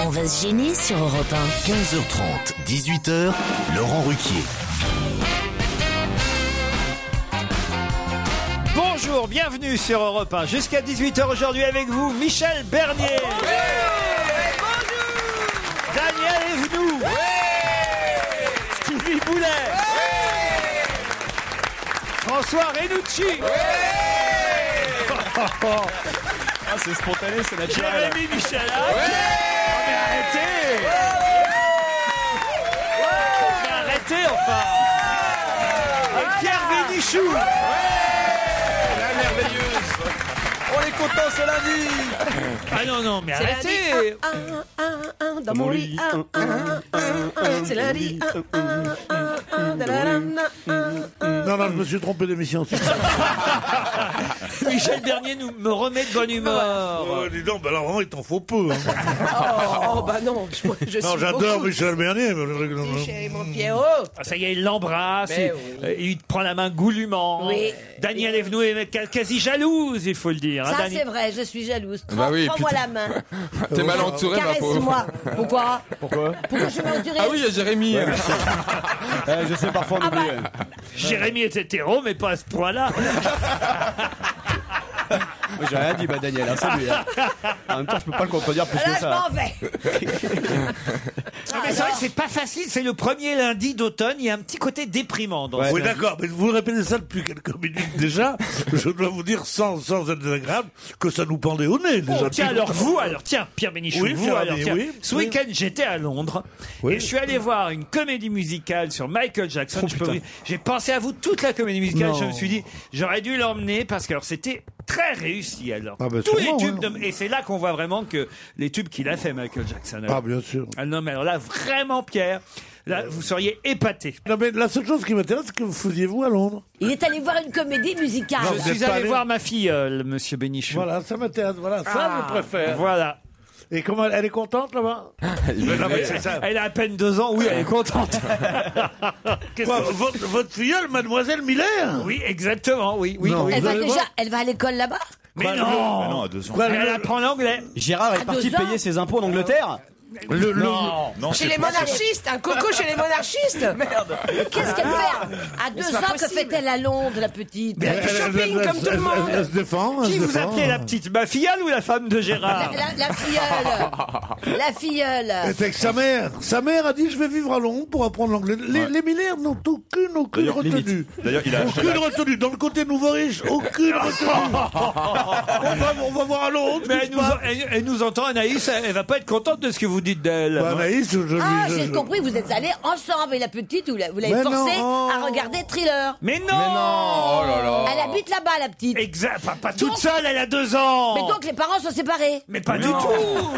On va se gêner sur Europe 1. 15h30, 18h, Laurent Ruquier. Bonjour, bienvenue sur Europe 1. Jusqu'à 18h aujourd'hui avec vous, Michel Bernier. Daniel Evenou. Stevie Boulet. François Renucci. Ah, c'est spontané, c'est Jérémy Michel. mais arrêtez Mais arrêtez enfin Et Pierre Bénichou Ah, On est content, c'est la vie Ah non, non, mais arrêtez un, un, un, dans mon lit, un, un, un, un, c'est la vie, un, un, un, un, da la la la, un, un. Non, non, je me suis trompé d'émission. c'est ça. Michel Bernier nous, me remet de bonne humeur. Oh, dis donc, bah, alors vraiment, il t'en faut peu. hein. Oh, oh, bah non, je, je Non, suis j'adore beaucoup- Michel Bernier. mais- Chez mon Pierrot. Mm. Ah, Ça y est, il l'embrasse, Mais il, oui. euh, il te prend la main goulûment. Oui. Daniel Evenou est ca- quasi jalouse, il faut le dire. hein, Ça, Dani- c'est vrai, je suis jalouse. Prends, Bah oui, moi la main, T'es mal entouré, ma pauvre. caresse-moi. Pourquoi Pourquoi Pourquoi je m'endurais Ah oui, il y a Jérémy. Eh, Je sais, parfois Ah bah, on oublie. Jérémy est hétéro, mais pas à ce point-là. Moi, J'ai rien dit, bah Daniel, hein, c'est lui. hein. En même temps, je peux pas le contredire plus que Là, je ça. m'en vais. Ah, mais c'est vrai que c'est pas facile, c'est le premier lundi d'automne, il y a un petit côté déprimant dans Ouais. ce- Oui, d'accord, mais vous répétez ça depuis quelques minutes déjà. Je dois vous dire, sans, sans être désagréable, que ça nous pendait au nez. Oh, Déjà. tiens, alors vous, alors tiens, Pierre Bénichou, Oui, vous, Pierre alors Béni- tiens. oui, ce oui. week-end, j'étais à Londres Oui. Oh, et je suis allé voir une comédie musicale sur Michael Jackson. Je peux vous- J'ai pensé à vous toute la comédie musicale. Je me suis dit, j'aurais dû l'emmener parce que alors, c'était très réussi. Alors Ah, bah, tous les sûrement, tubes ouais. de- et c'est là qu'on voit vraiment que les tubes qu'il a fait Michael Jackson. alors. Ah, Euh. bien sûr. Ah non, mais alors là, vraiment, Pierre, là, vous seriez épaté. Non, mais la seule chose qui m'intéresse, c'est que vous faisiez vous à Londres. Il est allé voir une comédie musicale. Je vous êtes suis pas allé allé- voir ma fille, euh, le monsieur Bénichou. Voilà, ça m'intéresse. Voilà, ça, je préfère. Ah. Ah, Voilà. Et comment elle est contente là-bas Mais non, mais c'est ça. Elle a à peine deux ans, oui, elle est contente. Qu'est-ce Quoi, que- votre, votre filleule, Mademoiselle Miller Oui, exactement, oui, oui. Non. oui. Elle Vous va allez déjà, voir. elle va à l'école là-bas Mais Bah, non, à deux ans. Quoi, Elle le- apprend l'anglais. Gérard est parti deux ans payer ses impôts en Angleterre le- le- Non, Chez les monarchistes, un coco chez les monarchistes. Qu'est-ce qu'elle fait À deux ans, que fait-elle à Londres, la petite elle- elle- shopping elle- elle- comme tout le elle- monde. elle- elle se défend. elle Qui se vous défend. appelez la petite ma filleule ou la femme de Gérard la, la filleule La Et filleule c'est que sa mère, sa mère a dit je vais vivre à Londres pour apprendre l'anglais. Les, les Miller n'ont aucune, aucune D'ailleurs, retenue. limite. D'ailleurs, il a acheté Aucune retenue. Dans le côté nouveau riche, aucune retenue. on, va, on va voir à Londres. Mais elle nous, en- elle- elle nous entend, Anaïs, elle, elle va pas être contente de ce que vous dites d'elle. Bah, Anaïs, je, je, Ah, je- j'ai je- compris, vous êtes allés ensemble et la petite, vous la- vous l'avez Mais forcée non. à regarder Thriller. Mais non, Mais non, oh là là. Elle habite là-bas, la petite. Exact, pas, pas toute Donc- seule, elle a deux ans Mais donc, les parents sont séparés. Oh. Mais pas du tout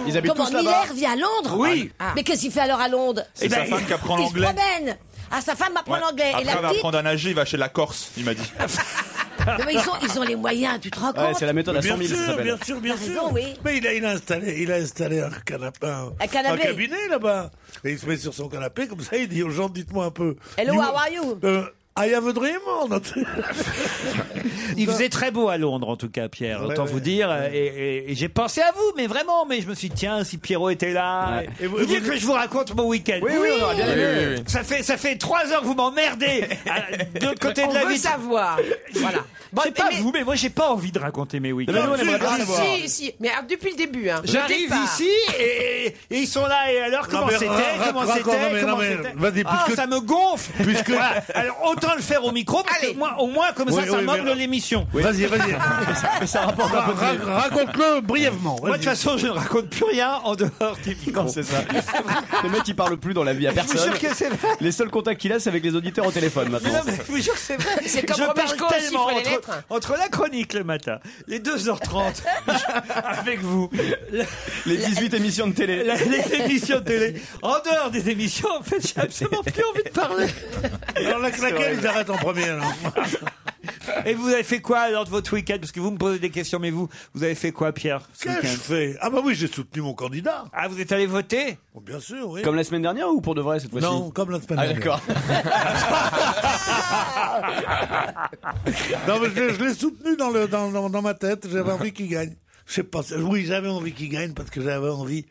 Ils habitent Comment tous là-bas. Miller vit à Londres Oui. Ah. Mais qu'est-ce qu'il fait alors à Londres C'est Eh sa ben, femme qui apprend Il se l'anglais. promène. Ah, sa femme apprend Ouais. l'anglais. Après, Et elle la va petite. apprendre à nager, il va chez la Corse, il m'a dit. Non, mais ils, sont, ils ont les moyens, tu te rends Ouais, compte c'est la méthode à 100 000, Bien ça sûr, s'appelle. bien sûr, bien T'as sûr. raison, oui. Mais il a, il a installé, il a installé un canapé, un, Un canapé. cabinet là-bas. Et il se met sur son canapé comme ça. Il dit aux gens, dites-moi un peu. Hello, You- how are you Euh, I have a dream. on entend- Il faisait très beau à Londres, en tout cas, Pierre, autant vous dire. Et, et- et j'ai pensé à vous, mais vraiment, mais je me suis dit, tiens, si Pierrot était là. Ouais. Et vous, dire que je vous raconte mon week-end. Oui, oui, on aurait bien aimé. Ça fait, ça fait trois heures que vous m'emmerdez à- de l'autre côté On de la veut vie. savoir. Voilà. Bon, C'est pas mais- vous, mais moi j'ai pas envie de raconter mes Eh Mais ben, week-ends. nous, on aimerait bien Ah, savoir. si, si, mais alors, depuis le début, hein. Le J'arrive départ. ici et, et ils sont là et alors comment mais ah, c'était raconte, Comment raconte, c'était non, mais- Comment non, mais c'était vas-y, Ah puisque- ça me gonfle. puisque- Voilà. alors autant le faire au micro, parce que moi, au moins, comme ça, Oui, ça oui, meuble mais- l'émission. Vas-y, vas-y. Ra- ra- Raconte-le brièvement. Moi, de toute vas-y. façon, je ne raconte plus rien en dehors des micros. Non, c'est ça. Le mec, il parle plus dans la vie à Je vous personne. jure que c'est vrai. Les seuls contacts qu'il a, c'est avec les auditeurs au téléphone Mais maintenant. non, mais je vous jure que c'est vrai. C'est comme je Robert perds Cohen, tellement chiffre et les entre, lettres. entre la chronique le matin, les 2h30 avec vous, la- Les 18 émissions de télé. la- les émissions de télé. En dehors des émissions, en fait, j'ai absolument plus envie de parler. Alors, la- laquelle ils arrêtent en premier alors Et vous avez fait quoi lors de votre week-end Parce que vous me posez des questions, mais vous, vous avez fait quoi, Pierre ce Qu'est-ce que je week-end fais Ah bah oui, j'ai soutenu mon candidat. Ah, vous êtes allé voter Oh, bien sûr, oui. Comme la semaine dernière ou pour de vrai cette fois-ci non, comme la semaine Ah dernière. d'accord. Non, mais je, l'ai- je l'ai soutenu dans, le, dans, dans, dans ma tête. J'avais envie qu'il gagne. Je sais pas. c'est- Oui, j'avais envie qu'il gagne parce que j'avais envie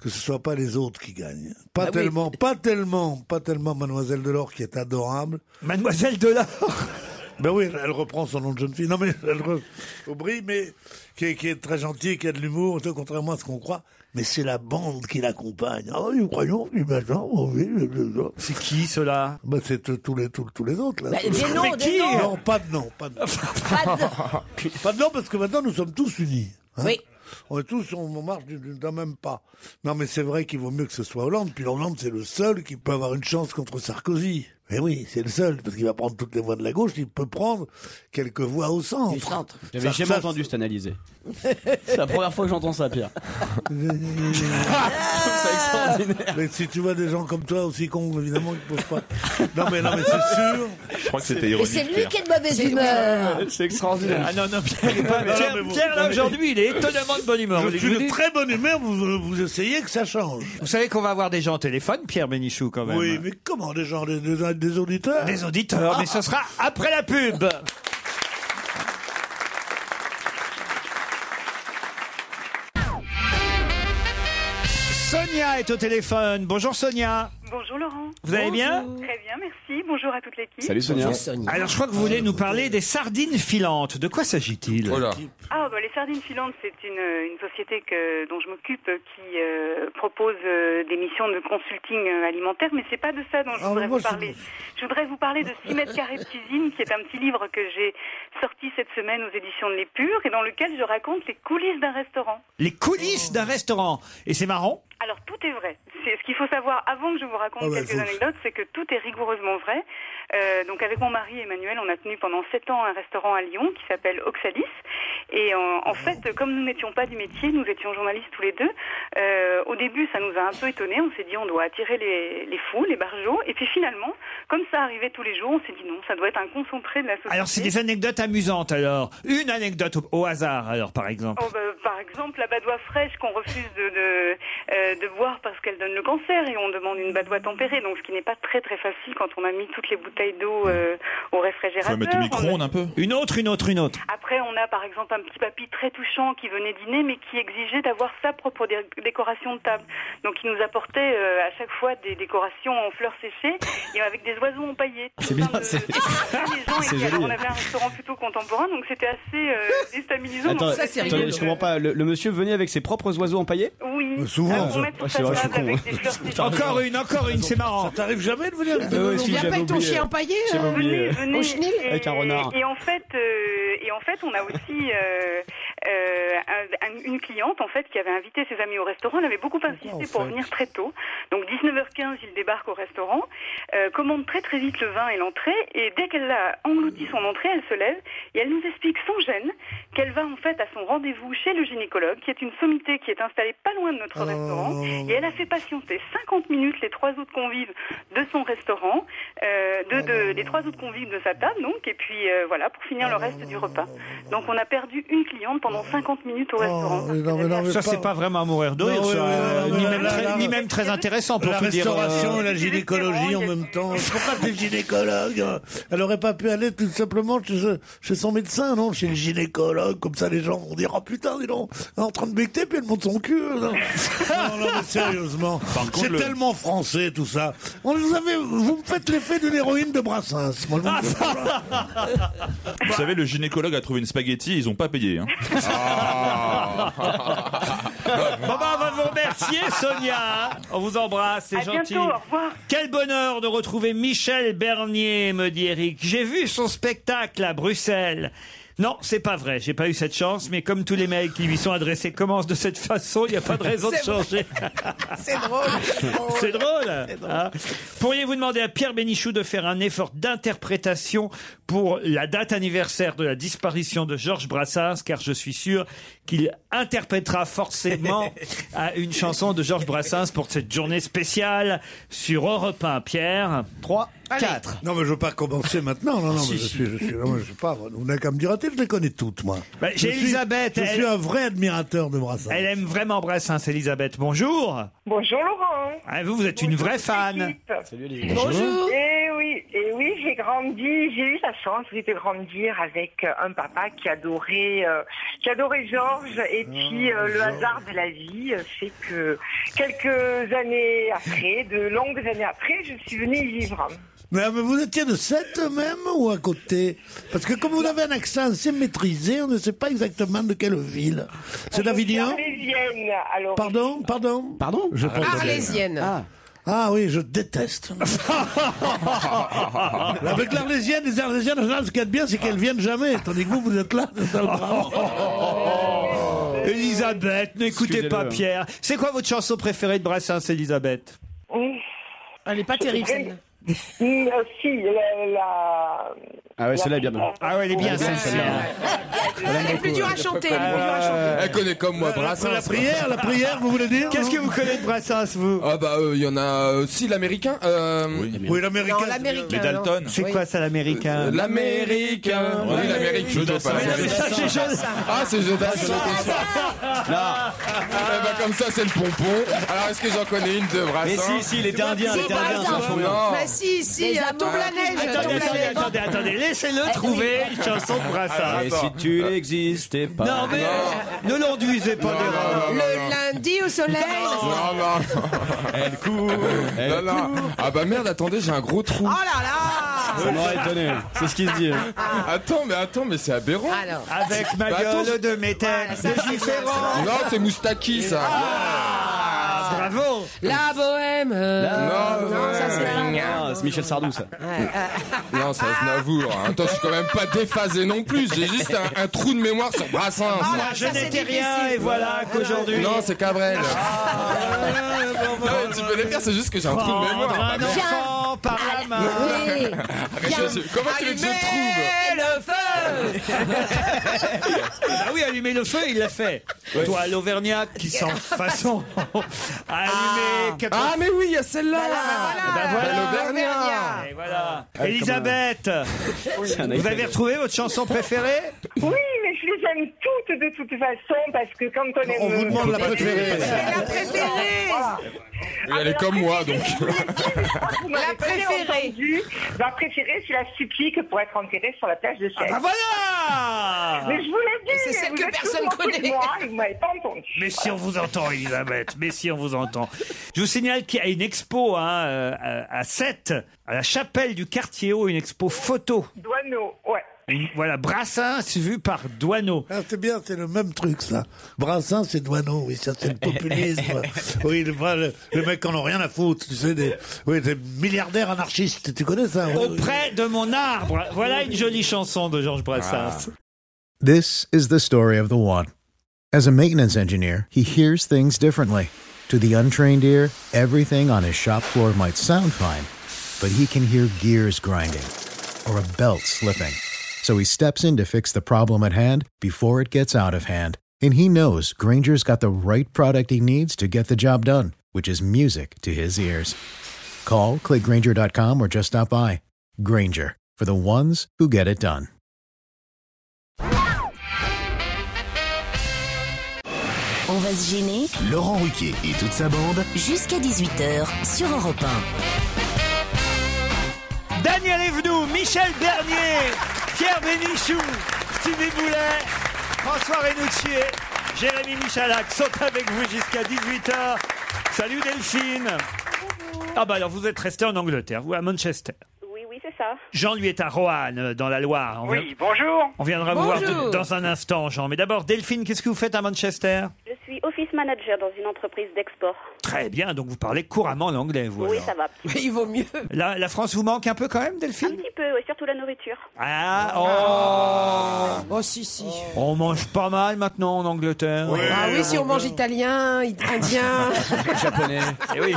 que ce soit pas les autres qui gagnent. Ah Pas tellement, pas tellement, pas tellement Mademoiselle Delors qui est adorable. Mademoiselle Delors Ben oui, elle reprend son nom de jeune fille. Non, mais elle re... Aubry, mais qui est, qui est très gentille, qui a de l'humour, tout contrairement à ce qu'on croit. Mais c'est la bande qui l'accompagne. Ah oui, nous croyons, il m'attend, oui, oui, oui, oui. C'est qui, cela Ben, c'est euh, tous les, tous, tous les autres, là. Bah, des noms, Mais des qui noms. Non, pas de nom, pas de nom. Pas de- Pas de nom, parce que maintenant, nous sommes tous unis. hein. Oui. On est tous, on marche d'une- d'un même pas. Non, mais c'est vrai qu'il vaut mieux que ce soit Hollande. Puis Hollande, c'est le seul qui peut avoir une chance contre Sarkozy. Mais oui, c'est le seul, parce qu'il va prendre toutes les voix de la gauche. Il peut prendre quelques voix au centre. Du centre. J'avais Ça- jamais ça- entendu cette analyse. C'est la première fois que j'entends ça, Pierre. C'est extraordinaire. Mais si tu vois des gens comme toi aussi cons, évidemment, ils posent pas. Non, mais, non, mais c'est sûr. Je crois que c'était Mais ironique. c'est lui Pierre. qui est de mauvaise humeur. C'est extraordinaire. Euh, Ah non, non, Pierre, est pas- Non, non, Pierre- mais vous- Pierre, là, aujourd'hui, il est étonnamment de bonne humeur. Vous Je suis voulez que de je vous dise très bonne humeur, vous, vous essayez que ça change. Vous savez qu'on va avoir des gens au téléphone, Pierre Bénichou, quand même. Oui, mais comment, des gens, des, des- des auditeurs Des auditeurs, mais ce sera après la pub. Sonia est au téléphone. Bonjour Sonia. Bonjour Laurent. Vous allez bien Très bien, merci. Bonjour à toute l'équipe. Salut Sonia. Alors je crois que vous voulez nous parler des sardines filantes. De quoi s'agit-il Oh là. Ah, bah, les Sardines Filantes, c'est une, une société que, dont je m'occupe euh, qui euh, propose euh, des missions de consulting euh, alimentaire, mais c'est pas de ça dont je Ah, mais voudrais moi, vous c'est parler. bon. Je voudrais vous parler de 6 mètres carrés de cuisine, qui est un petit livre que j'ai sorti cette semaine aux éditions de l'Épure et dans lequel je raconte les coulisses d'un restaurant. Les coulisses d'un restaurant. Et c'est marrant. Alors tout est vrai. C'est ce qu'il faut savoir avant que je vous raconte Ah bah, ouais, quelques faut- anecdotes, c'est que tout est rigoureusement vrai. Euh, donc avec mon mari Emmanuel, on a tenu pendant sept ans un restaurant à Lyon qui s'appelle Oxalis. Et en, Ah en fait, comme nous n'étions pas du métier, nous étions journalistes tous les deux. euh, au début, ça nous a un peu étonnés. On s'est dit, on doit attirer les, les fous, les barjots. Et puis finalement, comme ça arrivait tous les jours, on s'est dit non, ça doit être un concentré de la société. Alors c'est des anecdotes amusantes alors. Une anecdote au, au hasard alors par exemple. Oh, bah, par exemple, la badoie fraîche qu'on refuse de, de, euh, de boire parce qu'elle donne le cancer et on demande une badoie tempérée, donc ce qui n'est pas très très facile quand on a mis toutes les bouteilles d'eau euh, au réfrigérateur. Faut mettre le On a- micro-ondes un peu. Une autre, une autre, une autre. Après, on a par exemple un petit papy très touchant qui venait dîner mais qui exigeait d'avoir sa propre dé- décoration de table. Donc il nous apportait euh, à chaque fois des décorations en fleurs séchées et avec des oiseaux empaillés. C'est bien, Plein de- c'est- de- les gens c'est étaient- joli. alors, on avait un restaurant plutôt contemporain, donc c'était assez euh, déstabilisant. Attends, Donc, on attends, a essayé je de- comprends pas. Le, le monsieur venait avec ses propres oiseaux empaillés oui. Mais souvent, Alors, on ça. met sur Ouais, sa c'est vrai, je suis table con, avec hein. des fleurs séchées. Encore une, encore une, c'est marrant. T'arrives jamais de venir Euh, si, Tu viens j'avais pas avec ton oublié. chien empaillé J'avais euh oublié. Venez, venez. Au chenil Et- Avec un renard. Et en fait, euh, et en fait, on a aussi euh, euh, un- un- une cliente en fait qui avait invité ses amis au restaurant. Elle avait beaucoup Ah, insisté pour venir très tôt. Donc 19h15, il débarque au restaurant, euh, commande très très vite le vin et l'entrée. Et dès qu'elle a englouti son entrée, elle se lève et elle nous explique sans gêne qu'elle va en fait à son rendez-vous chez le gynécologue, qui est une sommité qui est installée pas loin de notre Oh. restaurant. Et elle a fait patienter 50 minutes les trois autres convives de son restaurant, euh, Oh de, de- les trois autres convives de sa table, donc, et puis euh, voilà, pour finir Oh le reste du repas. Donc on a perdu une cliente pendant 50 minutes au restaurant. Oh, mais non, mais non, mais Ça c'est pas vraiment à mourir de rire, Non, ça. oui, oui, Euh, non, ni, non, même non, très, non, ni non. même très intéressant pour La tout dire. euh, restauration et la Il y a des gynécologie en restaurants, même il y a temps. des- Pourquoi t'es gynécologue Elle aurait pas pu aller tout simplement chez, ce- chez son médecin, non Chez le gynécologue, comme ça les gens vont dire « Oh putain, dis donc, elle est en train de becter, puis elle monte son cul !» Non, non, non, mais sérieusement, contre, c'est le- tellement français tout ça. On vous, avez, vous me faites l'effet d'une héroïne de Brassens. Moi, je Ah, vous- oh Vous savez, le gynécologue a trouvé une spaghetti, ils ont pas payé. Hein. Ah. Bon bah, on va vous remercier. Merci Sonia. On vous embrasse, c'est À gentil. bientôt, au revoir. Quel bonheur de retrouver Michel Bernier, me dit Eric. J'ai vu son spectacle à Bruxelles. Non, c'est pas vrai. J'ai pas eu cette chance, mais comme tous les mails qui lui sont adressés commencent de cette façon, il n'y a pas de raison de C'est vrai. changer. C'est Ah, drôle. C'est drôle. hein. Pourriez-vous demander à Pierre Bénichou de faire un effort d'interprétation pour la date anniversaire de la disparition de Georges Brassens, car je suis sûr qu'il interprétera forcément à une chanson de Georges Brassens pour cette journée spéciale sur Europe 1. Pierre 3, 4. Non, mais je veux pas commencer maintenant. Non, non, mais je suis, je suis, non, mais je sais pas. Vous n'avez qu'à me dire, attendez, je les connais toutes, moi. Bah, Je j'ai suis- Elisabeth, Je elle- suis un vrai admirateur de Brassens. Elle aime vraiment Brassens, Elisabeth. Bonjour. Bonjour Laurent. Ah, Vous, vous êtes une vraie fan. Salut les Bonjour. Eh oui, eh oui, j'ai grandi, j'ai eu la chance oui, de grandir avec euh, un papa qui adorait, euh, qui adorait Georges. Et Ah, puis euh, le hasard de la vie euh, fait que quelques années après, de longues années après, je suis venue y vivre. Mais, mais vous étiez de 7 même ou à côté Parce que comme vous avez un accent assez maîtrisé, on ne sait pas exactement de quelle ville. C'est d'Avignon Parisienne, alors. Pardon, pardon. Pardon Je pense Arlésienne. Ah. Ah oui, je déteste. Avec l'Arlésienne, les Arlésiennes, en général, ce qu'il y a de bien, c'est qu'elles viennent jamais. Tandis que vous, vous êtes là. c'est ça le drame. Elisabeth, n'écoutez Excusez-le, pas hein. Pierre. C'est quoi votre chanson préférée de Brassens, Elisabeth Elle est pas terrible, celle-là. Mm, euh, si, la. la- Ah ouais, celle-là est bien. bonne. Ah ouais, elle est bien celle-ci. hein. Ah, Elle est plus dure à chanter. Elle est plus dure à chanter. Elle connaît comme moi Brassens. Euh, La prière, la prière, vous voulez dire Qu'est-ce que vous connaissez de Brassens, vous Ah bah euh, il y en a aussi l'américain. euh, Oui, l'américain. Non, c'est bien. l'américain. Les Dalton. C'est quoi ça, l'américain Euh, L'américain. Oui, l'américain. plutôt, pas Ouais, mais ça, c'est chose- Ah c'est Jodas. Eh bah comme ça c'est le pompon. Alors est-ce que j'en connais une de Mais Brassens si, si, il était indien, il Si, était par indien, exemple. son chien. Non. Bah si, si, Les euh, amants. tombe la neige, tombe Attendez, la attendez, neige. attendez, attendez. Laissez-le trouver une chanson de Brassens. Et si tu n'existais pas. Non, mais Ah, ne l'enduisez pas des rats. Le lundi au soleil. Ah, Non, non, Elle court. Elle non, non. Ah bah merde, attendez, j'ai un gros trou. Oh là là Ça m'aurait étonné. C'est ce qu'il se dit. hein. Ah. Attends, mais attends, mais c'est aberrant. Alors, Avec ma Bah, attends, gueule de métal, Voilà, Ah, ça, c'est de différent. Non, c'est Moustaki ça. Ah, bravo la bohème. Non, non, ça, c'est ouais. Ah, c'est Michel Sardou, ça. Oh, Non, c'est Aznavour. Attends, je suis quand même pas déphasé non plus. J'ai juste un, un trou de mémoire sur Brassens. Ah, Moi, je ça, c'est n'étais difficile. Ah, rien et voilà qu'aujourd'hui. Non, c'est Cabrel. Non, mais tu peux les faire, c'est juste que j'ai un trou de Prendre mémoire. un Bah, merde. enfant par la main. Oui. Je- je- comment tu veux que je trouve Et le feu Ah oui, allumer le feu, il l'a fait. Toi, l'Auvergnat, qui sans façon allumer quatre- Ah, mais oui, il y a celle-là. Ben bah voilà. L'Auvergnat. Ah, Et voilà. Elisabeth, C'est un vous avez iPhone. retrouvé votre chanson préférée Oui, mais je les aime toutes de toute façon parce que quand on aime. On vous demande la préférée. C'est la préférée Oui, Bah, Elle est comme moi, donc. La préférée. Ma préférée, c'est la supplique pour être enterrée sur la plage de Sète. Ah voilà Mais je vous l'ai dit, C'est celle vous que êtes tous personne moqués de connaît. Moi, et vous m'avez pas entendu. mais si on vous entend, Elisabeth, mais si on vous entend. Je vous signale qu'il y a une expo hein, euh, à à Sète, à la chapelle du quartier haut, une expo photo. Douaneau, ouais. Une- voilà, Brassens vu par Douaneau. Ah, c'est bien, c'est le même truc, ça. Brassens, c'est Douaneau, oui, ça, c'est le populisme. oui, le, le, les mecs en ont rien à foutre, tu sais, des, oui, des milliardaires anarchistes, tu connais ça hein? oui, oui. Auprès de mon arbre. Voilà une jolie chanson de Georges Brassens. This is the story of the one. As a maintenance engineer, he hears things differently. To the untrained ear, everything on his shop floor might sound fine, but he can hear gears grinding or a belt slipping. So he steps in to fix the problem at hand before it gets out of hand. And he knows Granger's got the right product he needs to get the job done, which is music to his ears. Call, click Granger.com, or just stop by. Granger, for the ones who get it done. On va se gêner Laurent Ruquier et toute sa bande. Jusqu'à 18h sur Europe Daniel Evenou, Michel Bernier, Pierre Bénichou, Stevie Boulet, François Renuccier, Jérémy Michalak sont avec vous jusqu'à 18h. Salut Delphine. Ah bah alors vous êtes resté en Angleterre, vous à Manchester. Oui, oui, c'est ça. Jean lui est à Roanne, euh, dans la Loire. On, vient- Oui, bonjour. on viendra vous voir Bonjour. de- dans un instant, Jean. Mais d'abord, Delphine, qu'est-ce que vous faites à Manchester Je suis officier suis manager dans une entreprise d'export. Très bien, donc vous parlez couramment l'anglais, vous. Oui, alors. ça va. Il vaut mieux. La, la France vous manque un peu quand même, Un Delphine petit peu, ouais, surtout la nourriture. Ah, oh Oh, si, si. On mange pas mal maintenant en Angleterre. Ah oui, si on mange italien, i- indien. japonais. Eh oui.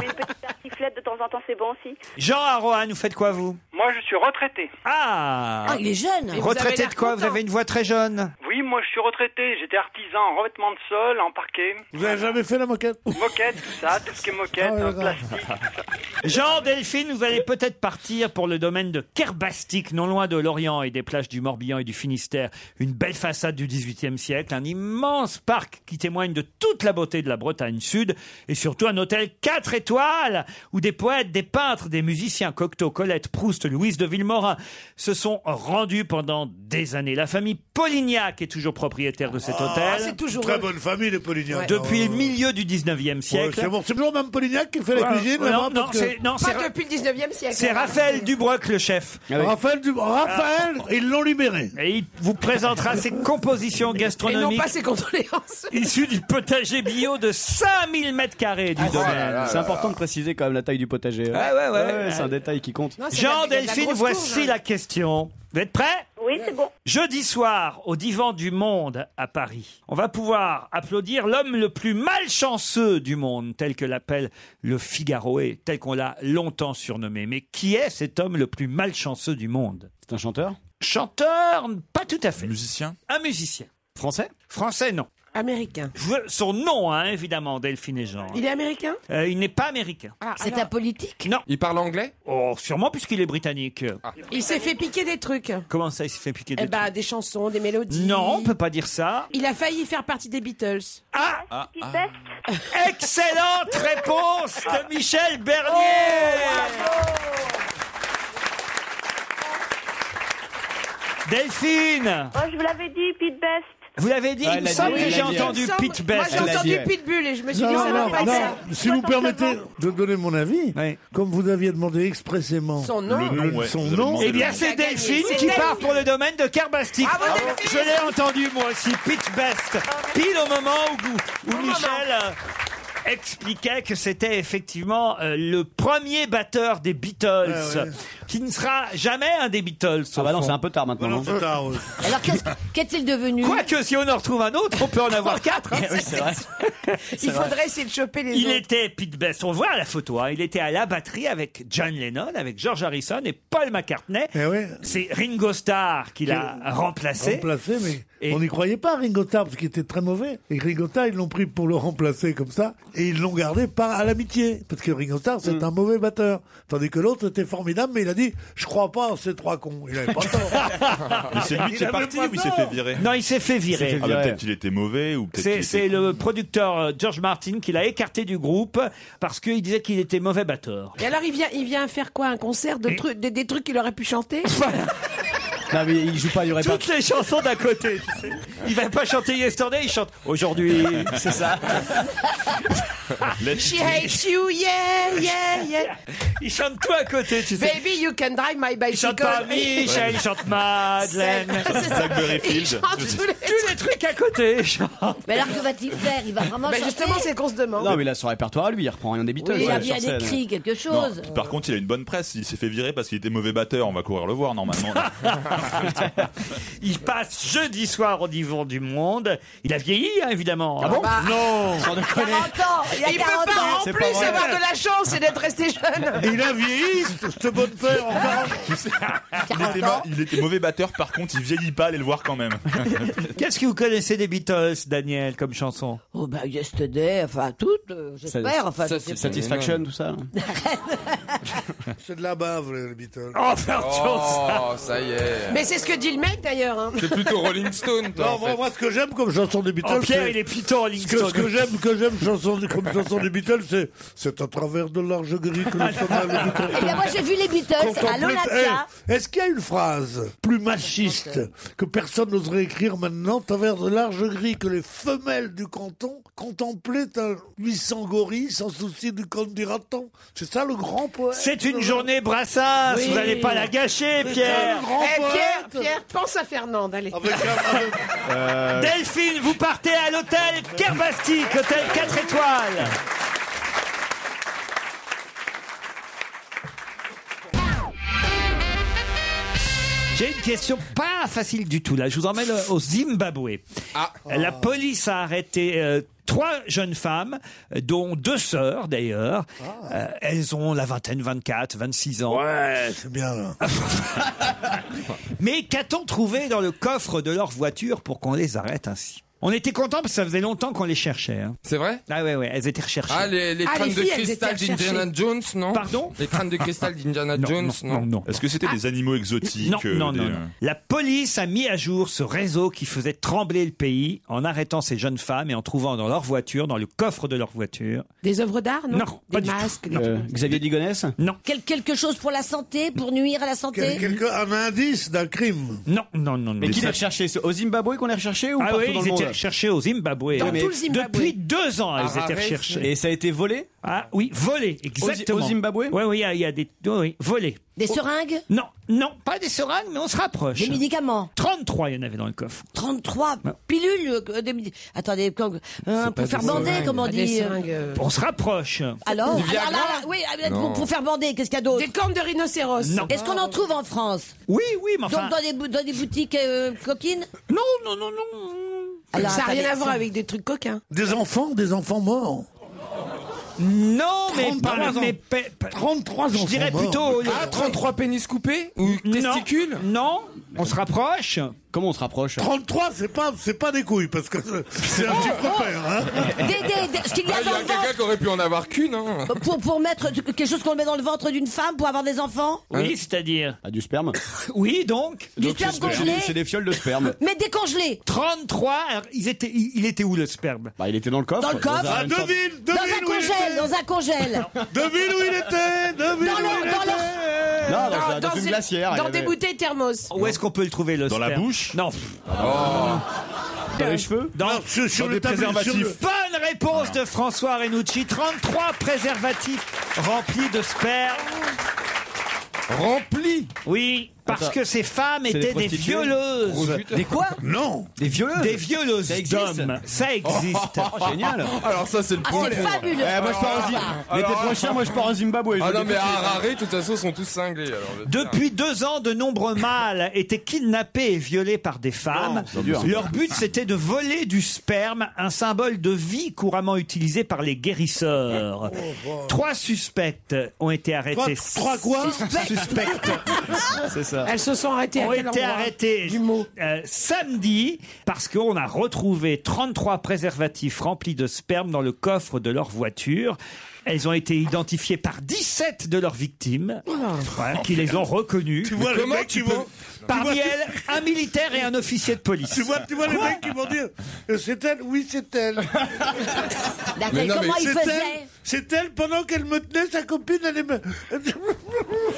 Sifflette de temps en temps, c'est bon aussi. Jean Arohan, vous faites quoi, vous Moi, je suis retraité. Ah Ah, il est jeune. Et vous avez Retraité l'air de quoi Vous content. avez une voix très jeune Oui, moi, je suis retraité. J'étais artisan en revêtement de sol, en parquet, Vous avez jamais fait la moquette moquette, tout ça, tout ce qui est moquette, Ah, euh, d'accord. plastique. Jean Delphine, vous allez peut-être partir pour le domaine de Kerbastik, non loin de l'Orient et des plages du Morbihan et du Finistère. Une belle façade du XVIIIe siècle, un immense parc qui témoigne de toute la beauté de la Bretagne Sud et surtout un hôtel 4 étoiles où des poètes, des peintres, des musiciens, Cocteau, Colette, Proust, Louise de Villemorin se sont rendus pendant des années. La famille Polignac est toujours propriétaire de Ah, cet Ah, hôtel. Très bonne famille, les Polignacs. Oh. Depuis le milieu du 19e Ouais, siècle. c'est bon, c'est toujours même Polignac qui fait la Ouais, cuisine. non, là-bas, non, parce que- c'est- non, c'est- Pas depuis le 19e siècle. C'est Raphaël Dubroc, le chef. Ah Raphaël Dub- Raphaël, ils l'ont libéré. Et il vous présentera ses compositions Et non gastronomiques pas ses condoléances. issues du potager bio de 5000 mètres carrés Ah, du domaine. C'est important de préciser quand même la taille du potager. hein. Ouais, Ah, ouais, ouais. c'est un détail qui compte. Jean Delphine, voici hein. la question. Vous êtes prêts Oui, c'est bon. Jeudi soir, au divan du monde à Paris, on va pouvoir applaudir l'homme le plus malchanceux du monde, tel que l'appelle le Figaro et tel qu'on l'a longtemps surnommé. Mais qui est cet homme le plus malchanceux du monde C'est un chanteur Chanteur, pas tout à fait. Musicien Un musicien. Français Français, non. Américain. Son nom, hein, évidemment, Delphine et Jean. Il est américain Euh, il n'est pas américain. C'est un politique. Non. Il parle anglais Ah. Oh, sûrement puisqu'il est britannique. Il s'est fait piquer des trucs. Comment ça, il s'est fait piquer Eh des bah, des chansons, des mélodies. Non, on peut pas dire ça. Il a failli faire partie des Beatles. Ah, ah. Excellente réponse Ah. de Michel Bernier Oh, Delphine Oh, je vous l'avais dit, Pete Best. Vous l'avez Ah, dit, Ouais, il elle me l'a semble dit, que elle j'ai l'a dit, entendu elle l'a dit. Pete Best. Moi, j'ai entendu Pitbull et je me suis dit, Non, ça va non, pas non. être ça. Si vous permettez de donner mon avis, comme vous aviez demandé expressément Son nom. le- Le nom, ouais, son vous avez nom. Eh bien, c'est Delphine C'est qui Delphine. part pour le domaine de Carbastique. Je l'ai entendu, moi aussi, pitch Ah, best. Pile au moment où, où Michel euh, expliquait que c'était effectivement euh, le premier batteur des Beatles, Ouais, ouais. qui ne sera jamais un des Beatles. Ah bah non, c'est un peu tard maintenant. Non, hein. c'est tard, Alors, qu'est-ce- qu'est-il devenu Quoique, si on en retrouve un autre, on peut en avoir quatre. hein. Il faudrait essayer de choper les Il autres. était Pete Best. On voit la photo. hein. Il était à la batterie avec John Lennon, avec George Harrison et Paul McCartney. C'est Ringo Starr Eh qui l'a remplacé. Remplacé, mais on n'y croyait pas, Ringo Starr, parce qu'il était très mauvais. Et Ringo Starr, ils l'ont pris pour le remplacer comme ça, et ils l'ont gardé par à l'amitié, parce que Ringo Starr, c'est Mm. un mauvais batteur. Tandis que l'autre était formidable, mais il a dit, je crois pas en ces trois cons. Il avait pas tort. Mais c'est lui Il qui est avait parti pas ou il s'est tort. fait virer Non, il s'est fait Ah, virer. bah, peut-être qu'il était mauvais ou peut-être. C'est qu'il était- c'est le producteur euh, George Martin qui l'a écarté du groupe parce qu'il disait qu'il était mauvais batteur. Et alors, il vient, il vient faire quoi Un concert de trucs, des, des trucs qu'il aurait pu chanter Non, mais il joue pas, il y aurait pas. Toutes les chansons d'à côté, tu sais. Il va pas chanter Yesterday, il chante aujourd'hui. C'est ça. She hates you, yeah, yeah, yeah. Il chante tout à côté, tu sais. Baby, you can drive my bicycle. Il chante pas Michel, il chante Madeleine. C'est- c'est ça. Blackberry Il chante Field. tous les- tous les trucs à côté. il chante. Ah. Mais alors, que va-t-il faire Il va vraiment Ben, chanter justement, c'est qu'on se demande. Non, mais il a son répertoire à lui, il reprend rien des Beatles. Oui, il a ouais, bien sur scène. écrit quelque Non, chose. par contre, il a une bonne presse. Il s'est fait virer parce qu'il était mauvais batteur. On va courir le voir normalement. Il passe jeudi soir au divan du monde. Il a vieilli, hein, évidemment. Ah bon Bah, Non Sans déconner. Attends, il y a Il peut 40 pas ans. en C'est plus pas vrai. avoir de la chance et d'être resté jeune. Il a vieilli, ce- ce bonne père, encore. il, était ma- il était mauvais batteur. Par contre, il vieillit pas. Allez le voir quand même. Qu'est-ce que vous connaissez des Beatles, Daniel, comme chanson Oh, bah, yesterday, enfin, toutes, euh, j'espère. Enfin, je sais pas. Satisfaction, tout ça. C'est de la bave, les Beatles. Oh, Oh, ça y est. Mais c'est ce que dit le mec d'ailleurs. hein. C'est plutôt Rolling Stone, toi. Non, moi, moi, ce que j'aime comme chanson des Beatles. Oh, Pierre, c'est- il est plutôt Rolling ce que- Stone. Ce que j'aime, que j'aime chanson, comme chanson chanson des Beatles, c'est C'est à travers de larges grilles que le chemin le du Eh bien, moi, j'ai vu les Beatles à l'Olympia. Eh, Est-ce qu'il y a une phrase plus machiste que personne n'oserait écrire maintenant, travers de larges grilles que les femelles du canton contemplaient un sans gorille sans souci du compte du raton C'est ça le grand poète C'est une journée Brassens, vous n'allez pas la gâcher, C'est Pierre. ça, le grand Eh, Pierre, poète. Pierre, pense à Fernande, allez. Oh. Euh, Delphine, vous partez à l'hôtel Kerbastik, hôtel 4 étoiles. J'ai une question pas facile du tout là. Je vous emmène au Zimbabwe. Ah. La police a arrêté euh, trois jeunes femmes, euh, dont deux sœurs d'ailleurs. Euh, elles ont la vingtaine, 24, 26 ans. Ah. Ouais, c'est bien là. Mais qu'a-t-on trouvé dans le coffre de leur voiture pour qu'on les arrête ainsi On était contents parce que ça faisait longtemps qu'on les cherchait. C'est vrai Ah ouais, ouais, elles étaient recherchées. Ah, les, les crânes de cristal d'Indiana Jones, non Pardon Les crânes de cristal d'Indiana Non, Jones, non, non, non. Est-ce que c'était des animaux exotiques Non, euh, non, des- non, non. La police a mis à jour ce réseau qui faisait trembler le pays en arrêtant ces jeunes femmes et en trouvant dans leur voiture, dans le coffre de leur voiture. Des œuvres d'art, non, Non, Des masques, des Euh, trucs. Xavier Digonès Non. Quel- quelque chose pour la santé, pour nuire à la santé. un indice d'un crime Non, non, non. Mais qui ça- les recherchait C'est Au Zimbabwe qu'on les recherchait ou Ah partout oui, dans ils le monde étaient recherchés au Zimbabwe. Dans Oui, tout le Zimbabwe. Depuis deux ans, À ils étaient Harare. recherchés. Et ça a été volé Ah oui, volés, exactement. au Zimbabwe Oui, oui, il y a- il y, a des... Oui, oui, volés. Des seringues oh, Non, non, pas des seringues, mais on se rapproche. Des médicaments 33, il y en avait dans le coffre. 33 pilules euh, des midi- Attendez, quand- euh, pour faire bander, comme on dit. euh, On se rapproche. Alors, Du Viagra alors là, là, oui, euh, Non. pour, pour faire bander, qu'est-ce qu'il y a d'autre Des cornes de rhinocéros. Non. Est-ce qu'on en trouve en France Oui, oui, mais enfin- Donc dans des, bou- dans des boutiques euh, coquines Non, non, non, non. ça n'a rien à attendez, voir ça- avec des trucs coquins. Des enfants, des enfants morts. Non, mais- 33 mais- mais- 33 Je enfants dirais morts. plutôt. Ah, 33 pénis coupés Ou testicules Non, on se rapproche. Comment on se rapproche 33, c'est pas, c'est pas des couilles, parce que c'est un petit repère, hein. Des- des- des- ce qu'il y a Ah, il y dans a le quelqu'un ventre qui aurait pu en avoir qu'une, hein pour, pour mettre du- quelque chose qu'on met dans le ventre d'une femme pour avoir des enfants Oui, c'est-à-dire Ah, du sperme Oui, donc Du sperme congelé C'est des fioles de sperme. Mais décongelé 33, alors, ils étaient, il, il était où le sperme Bah, il était dans le coffre. Dans le coffre Ah, un- une sorte- Dans un congèle, dans un congèle Devine où il était Devine Dans où le- il dans était Non, dans, un- dans une ces- glacière. il y Dans avait- des bouteilles thermos. Où est-ce qu'on peut le trouver, le Dans la bouche Non. Oh. Dans les cheveux Dans, sur- sur le tableau, sur le- Bonne réponse de François Renucci. 33 préservatifs remplis de sperme. Remplis Oui, parce Attends. que ces femmes C'est des étaient des prostituées violeuses. Prostituées. Des quoi Non Des violeuses Des violeuses Ça existe d'hommes. Ça existe. Oh, génial Alors, ça, c'est le Ah, point. c'est fabuleux. Eh, moi je pars en Zimbabwe. Mais t'es trop cher, moi je pars en Zimbabwe. je Ah vous non, dis mais tout à de suite. Harare, de toute façon, sont tous cinglés. Alors, je veux dire. Depuis deux ans, de nombreux mâles étaient kidnappés et violés par des femmes. c'est dur. Leur but, c'était de voler du sperme, un symbole de vie couramment utilisé par les guérisseurs. Oh, Trois suspectes ont été Trois, arrêtés. trois quoi Suspectes C'est ça. Elles se sont arrêtées à ont quel été endroit arrêtés euh, samedi parce qu'on a retrouvé 33 préservatifs remplis de sperme dans le coffre de leur voiture. Elles ont été identifiées par 17 de leurs victimes voilà, qui les ont reconnues. Tu vois les Comment mecs qui tu vois vont... Parmi tu vois- elles, un militaire et un officier de police. Tu vois, tu vois les mecs qui vont dire euh, C'est elle Oui, c'est elle. D'accord, Mais non, Comment mais ils C'est elle. faisaient C'est elle pendant qu'elle me tenait, sa copine, elle est me-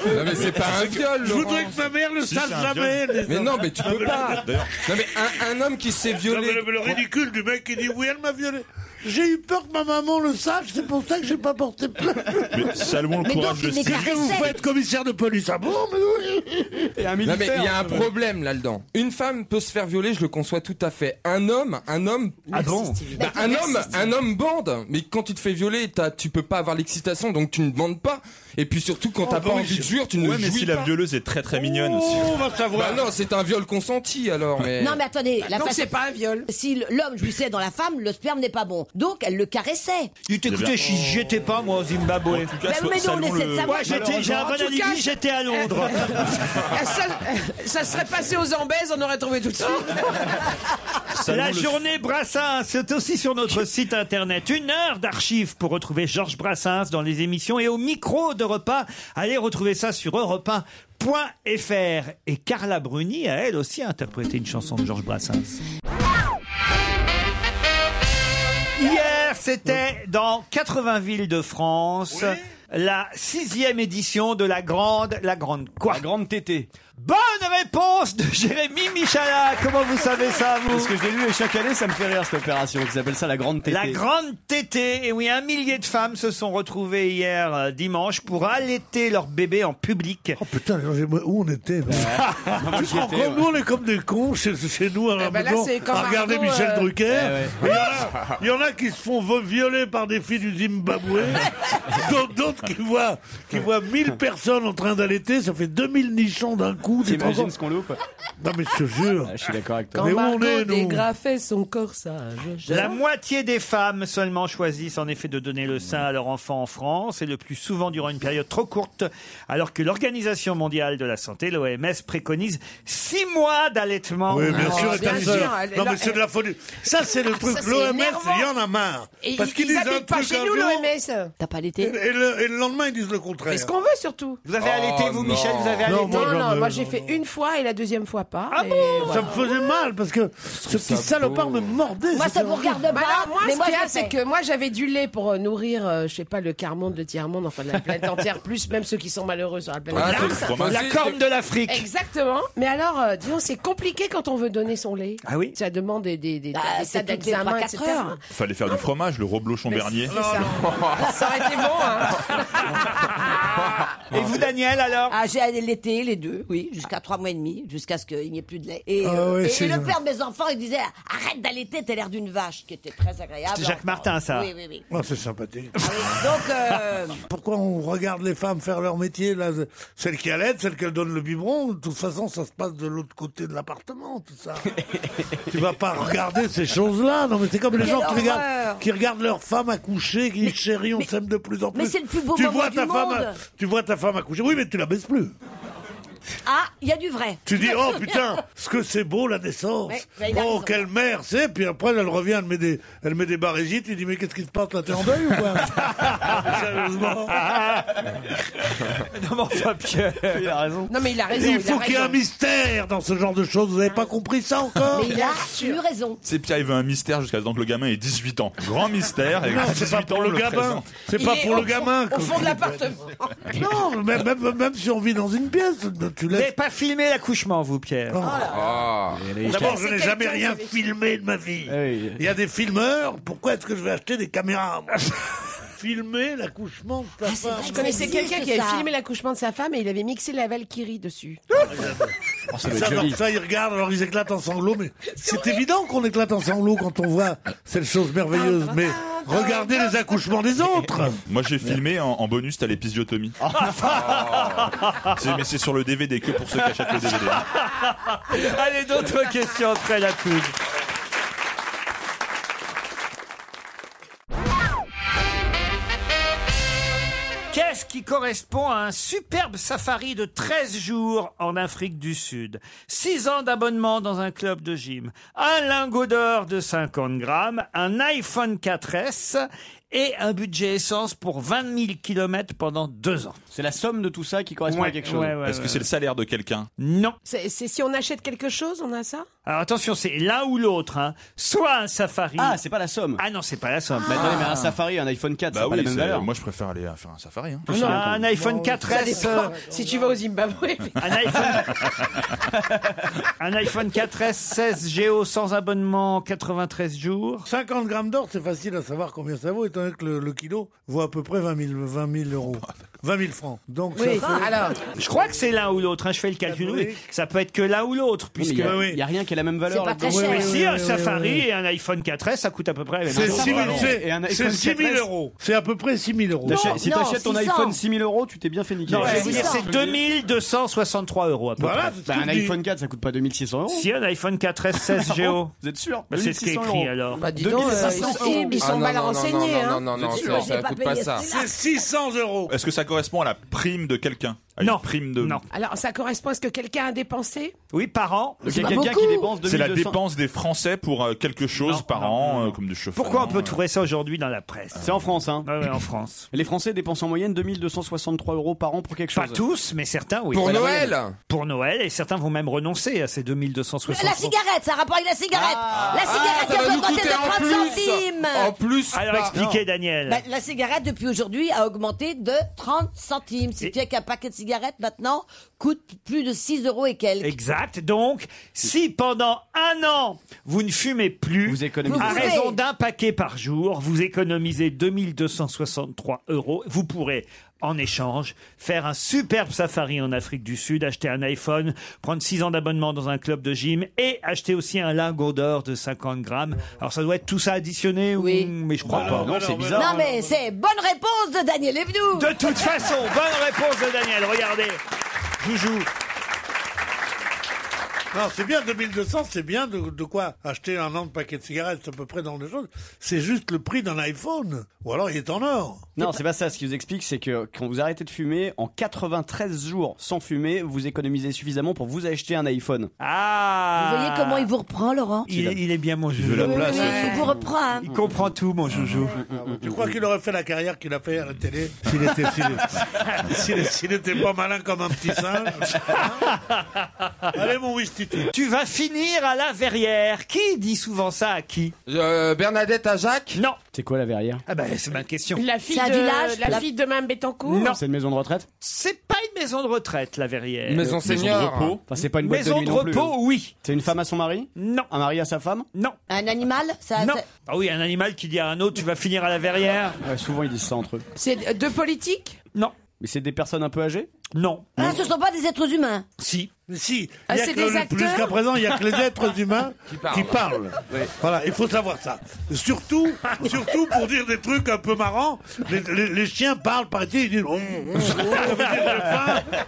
Non, mais c'est pas un viol, Je Laurent. voudrais que ma mère le Si, sache c'est un jamais. les Mais hommes. non, mais tu peux pas. D'ailleurs, Non, mais un, un homme qui s'est Non, mais violé. le, le ridicule du mec qui dit oui, elle m'a violé. J'ai eu peur que ma maman le sache, c'est pour ça que j'ai pas porté plainte. mais Salomon le Mais courage donc, de il Steve. éclate. Qu'est-ce que vous faites, commissaire de police Ah bon mais oui. Et un Non mais militaire. il y Euh, a un euh, problème là-dedans. Une femme peut se faire violer, je le conçois tout à fait. Un homme, un homme, Ah bon bah, un homme, un homme bande. Mais quand tu te fais violer, t'as- tu peux pas avoir l'excitation, donc tu ne bandes pas. Et puis surtout quand t'as bah pas oui, envie de c'est- jouir, tu ne Ah Ouais, mais jouis si pas. la violeuse est très très mignonne aussi. Oh, on va savoir. Bah non, c'est un viol consenti alors. Mais... Non mais attendez, la Donc façon- c'est pas un viol. si l'homme jouissait dans la femme, le sperme n'est pas bon. Donc elle le caressait. Il était- écoutez, j'y j'étais pas moi au Zimbabwe. Eh oh. En tout cas, Bah oui, mais nous, on Salomon essaie de le- savoir. Moi j'étais, j'ai un En bon tout alibi, cas, j'étais à Londres. Ah, ça, ça serait passé aux Ambèzes, on aurait trouvé tout de suite. Salomon La le- journée Brassens, c'est aussi sur notre site internet. Une heure d'archives pour retrouver Georges Brassens dans les émissions et au micro de repas. Allez retrouver ça sur europe1.fr. Et Carla Bruni a elle aussi interprété une chanson de Georges Brassens. Hier, C'était dans 80 villes de France, la sixième édition de la grande, la grande quoi La grande TT. Bonne réponse de Jérémy Michalak. Comment vous savez ça, vous Parce que je l'ai lu et chaque année, ça me fait rire cette opération. Ils appellent ça la grande tétée. La grande tétée. Et oui, un millier de femmes se sont retrouvées hier euh, dimanche pour allaiter leur bébé en public. Oh putain, j'ai- où on était là Moi, Tu te rends j'y étais, compte, nous on est comme des cons chez, chez nous à la Eh ben là, maison, c'est comme à regarder Arnaud, Michel euh, Drucker. Eh ouais. Et Il y en a- il y, en a qui se font vo- violer par des filles du Zimbabwe, d'autres- d'autres qui voient, qui voient 1000 personnes en train d'allaiter, ça fait 2000 nichons d'un coup. tu te rends T'imagines compte ce qu'on loupe Non mais Ah, je te jure. Je suis d'accord avec toi. Mais où on est, nous dégrafait son corsage. La moitié des femmes seulement choisissent en effet de donner le sein à leur enfant en France, et le plus souvent durant une période trop courte, alors que l'Organisation mondiale de la santé, l'OMS, préconise six mois d'allaitement. Ah, Oui, bien sûr, et ta sœur. non, mais c'est de la folie. Ça, c'est le truc. Ah, ça, c'est L'OMS, énervant. il y en a marre. Et Parce qu'ils ils disent ah, un habitent pas truc chez un jour, nous, l'OMS. T'as pas et, l'été et le, et le lendemain, ils disent le contraire. Fais ce qu'on veut surtout. Vous avez allaité, vous, Michel Vous avez Oh, Non, allaité moi, non, j'en ai- moi j'ai fait une fois et la deuxième fois pas. Ah Ça me faisait mal parce que ce petit ça salopard me mordait. Moi, ça c'était vous regarde horrible. pas. moi, Mais ce moi, qu'il y je a, le c'est fais. que moi, j'avais du lait pour euh, nourrir, euh, je sais pas, le quart monde, le tiers monde, enfin la planète entière, plus même ceux qui sont malheureux sur la planète. Ah, Terre. c'est le fromage. La corne de l'Afrique. Exactement. Mais alors, euh, disons, c'est compliqué quand on veut donner son lait. Ah oui. Ça demande des des des, des tas Bah, c'est toutes les d'examens, trois, quatre etc. heures. Fallait faire du fromage, le reblochon Mais bernier. c'est ça. Ah, Ça aurait été bon. Hein. Et vous, Daniel, alors ah, J'ai allaité les deux, oui, jusqu'à trois mois et demi, jusqu'à ce qu'il n'y ait plus de lait. Et, Ah euh, ouais, et- et c'est- le père de mes enfants, il disait Arrête d'allaiter, t'as l'air d'une vache, ce qui était très Ah agréable. C'était Jacques Alors, Martin, ça. Oui, oui, oui. Oh, c'est sympathique. Donc, euh, Pourquoi on regarde les femmes faire leur métier là Celle qui allaitent, celle qui donne le biberon, de toute façon, ça se passe de l'autre côté de l'appartement, tout ça. Ah, tu vas pas regarder ces choses-là. Non, mais c'est comme les Quelle gens qui horreur. regardent, qui regardent leur femme accoucher, qui disent chérie, on s'aime de plus en plus. mais c'est le plus beau tu moment vois du ta femme, monde. Tu vois ta femme accoucher, oui, mais tu la baisses plus. ah, il y a du vrai. Tu dis, oh putain, ce que c'est beau la naissance. Ouais, bah, il a oh, raison. quelle mère c'est. Puis après, elle revient, elle met des, elle met des barégites. Tu dis, mais qu'est-ce qui se passe là T'es en deuil ou quoi Sérieusement. non, mais enfin, Pierre. Il a raison. Non, mais il a raison. Il faut a qu'il y ait un raison. mystère dans ce genre de choses. Vous n'avez pas compris ça encore Mais il a eu raison. C'est Pierre, il veut un mystère jusqu'à temps que le gamin ait 18 ans. Grand mystère. Et Non, à c'est pas 18 pour Ah, ans, le gamin. présente. C'est Il pas est pour le au fond- gamin. Au fond de l'appartement. Non, même, même, même si on vit dans une pièce, tu Oh. Vous laisses. n'avez pas filmé l'accouchement, vous, Pierre Ah. D'abord, je C'est n'ai quelqu'un jamais qui rien avait- filmé de ma vie. Il y a des filmeurs. Pourquoi est-ce que je vais acheter des caméras moi Filmer l'accouchement de ta femme. Je connaissais quelqu'un qui avait Ça. filmé l'accouchement de sa femme et il avait mixé la Valkyrie dessus. ça doit Ça, être alors, joli. ça, ils regardent, alors ils éclatent en sanglots. Mais c'est évident qu'on éclate en sanglots quand on voit cette chose merveilleuse. Mais regardez les accouchements des autres. Moi, j'ai filmé en, en bonus, t'as l'épisiotomie. Ah. C'est- Mais c'est sur le DVD, que pour ceux qui achètent le DVD. Ah. Allez, d'autres questions après la pub. Qu'est-ce qui correspond à un superbe safari de 13 jours en Afrique du Sud 6 ans d'abonnement dans un club de gym, un lingot d'or de 50 grammes, un iPhone 4S et un budget essence pour 20 000 km pendant 2 ans. C'est la somme de tout ça qui correspond Ouais, à quelque chose. ouais, ouais, Est-ce que c'est le salaire de quelqu'un Non. C'est c'est si on achète quelque chose, on a ça Alors attention, c'est l'un ou l'autre. Hein. Soit un safari. Ah, c'est pas la somme. Ah non, c'est pas la somme. Mais attendez, mais Ah. un Safari, un iPhone 4, Bah c'est pas oui, la même c'est- valeur. moi je préfère aller euh, faire un safari. hein. Non, un iPhone 4S, euh, Si tu vas au Zimbabwe. un iPhone, un iPhone 4S 16 Géo sans abonnement, 93 jours. 50 grammes d'or, c'est facile à savoir combien ça vaut, étant donné que le, le kilo vaut à peu près 20 000, 20 000 euros. 20 000 francs. Donc, Oui, ça fait- alors. Je crois que c'est l'un ou l'autre. hein, Je fais le calcul. Oui. oui. Ça peut être que l'un ou l'autre, Oui, mais puisque Il y a- oui, oui. il y a rien qui ait la même valeur. C'est pas très là-dedans. cher. Mais si un oui, oui, Safari oui, et un iPhone 4S, ça coûte à peu près la même C'est chose. 6 000, Et un c'est- iPhone c'est 6 000 4S. euros. C'est à peu près 6 000 euros. T'achè- Non, si non, t'achètes ton 600. iPhone 6000 euros, tu t'es bien fait niquer. Non, je vais Ouais. vous dire, c'est 2263 euros à peu Voilà, près. c'est ce Bah, que un je dis. iPhone 4, ça coûte pas 2600 euros. Ah Si un iPhone 4S 16 Géo. Vous êtes sûr Bah, c'est ce qui est 2600 écrit euros. alors. Bah, dis donc, euh, ils 2500 sont, ils sont Ah, non, mal non, non, renseignés. Non, non, hein. non, non, Vous êtes non, sûr ça J'ai pas coûte payé pas ce ça. prix-là. C'est 600 euros. Est-ce que ça correspond à la prime de quelqu'un Non. Prime de. Alors, ça correspond à ce que quelqu'un a dépensé Oui, par an. C'est pas beaucoup. C'est la dépense des Français pour euh, quelque chose par an, euh, comme du chauffeur. Pourquoi on peut trouver ça aujourd'hui dans la presse C'est en France, hein Ouais, ouais, en France. Les Français dépensent en moyenne 2263 euros par an pour quelque Pas chose. tous, mais certains, oui. Pour Noël Pour Noël, et certains vont même renoncer à ces 2260. La cigarette, ça a rapport avec la cigarette. la cigarette, Ah. ça elle va peut nous augmenter coûter de en 30 plus. centimes. En plus, Alors, pas. expliquez, Daniel. Bah, la cigarette, depuis aujourd'hui, a augmenté de 30 centimes. Ce qui fait qu'un paquet de cigarettes, maintenant, coûte plus de 6 euros et quelques. Exact. Donc, si pendant un an, vous ne fumez plus, économisez. à Vous raison pouvez. d'un paquet par jour, vous économisez 2263 euros. Vous pourrez, en échange, faire un superbe safari en Afrique du Sud, acheter un iPhone, prendre 6 ans d'abonnement dans un club de gym et acheter aussi un lingot d'or de 50 grammes. Alors, ça doit être tout ça additionné Oui. Mais je crois Bah pas. non, non, c'est bizarre. Non, hein. mais c'est bonne réponse de Daniel Evenou. De toute façon, bonne réponse de Daniel. Regardez. Joujou. Non, c'est bien 2200, c'est bien de, de quoi acheter un an de paquet de cigarettes, c'est à peu près dans les choses. C'est juste le prix d'un iPhone. Ou alors il est en or. Non, c'est pas ça. Ce qui vous explique, c'est que quand vous arrêtez de fumer, en 93 jours sans fumer, vous économisez suffisamment pour vous acheter un iPhone. Ah Vous voyez comment il vous reprend, Laurent Il, il est bien mon joujou. veut la Oui, oui, il vous reprend. hein. Il comprend tout, mon joujou. Je crois qu'il aurait fait la carrière qu'il a fait à la télé s'il était, s'il- s'il- s'il était pas malin comme un petit singe. Allez, mon Wistitut. Tu vas finir à la verrière. Qui dit souvent ça à qui Euh, Bernadette à Jacques Non. C'est quoi la verrière Ah ben, c'est ma question. La fille, C'est un de, village, la la- fille de Mme Bettencourt Non. C'est une maison de retraite C'est pas une maison de retraite, la verrière. Maison seigneur. Enfin, c'est pas une boîte Maison de, nuit de non plus, repos, hein. oui. C'est une femme à son mari Non. Un mari à sa femme Non. Un animal ça, Non. ça- Ah oui, un animal qui dit à un autre, tu vas finir à la verrière. Ouais, Souvent, ils disent ça entre eux. C'est de politique Non. Mais c'est des personnes un peu âgées Non. Ah, ce sont pas des êtres humains. Si. Mais si, Ah, il y a c'est que des le- acteurs jusqu'à présent, il n'y a que les êtres humains qui parlent. parlent. Voilà, il faut savoir ça. Surtout, surtout pour dire des trucs un peu marrants, les, les- les chiens parlent, paraît-il, ils disent Hum, hum, hum, ça veut dire j'ai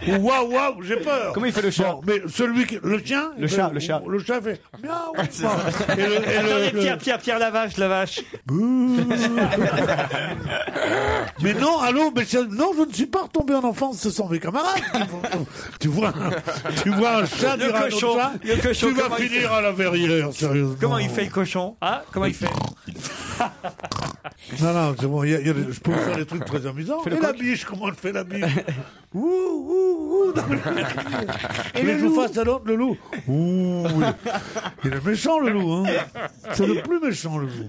faim, ou waouh, waouh, j'ai peur. Comment il fait le chien Bon, Mais celui qui. Le chien Le chat, le chat. Le chat fait miaou. Et le- et le- Attendez, Pierre, Pierre, Pierre, la vache, la vache. Mais non, allô, mais je- non, je ne suis pas retombé en enfance, ce sont mes camarades. qui font- tu vois, tu vois un chat Le dire à un cochon, autre chat, le cochon, tu vas comment il finir fait à la verrière, sérieusement. Comment il fait le cochon Ah, comment il fait Non, non, c'est bon, il y a- il y a- je peux vous faire des trucs très amusants. Et la biche, comment elle fait la biche Ouh, ouh, ouh non, mais- Et le loup face à l'autre, le loup Ouh, oui. Il est méchant, le loup, hein C'est le plus méchant, le loup.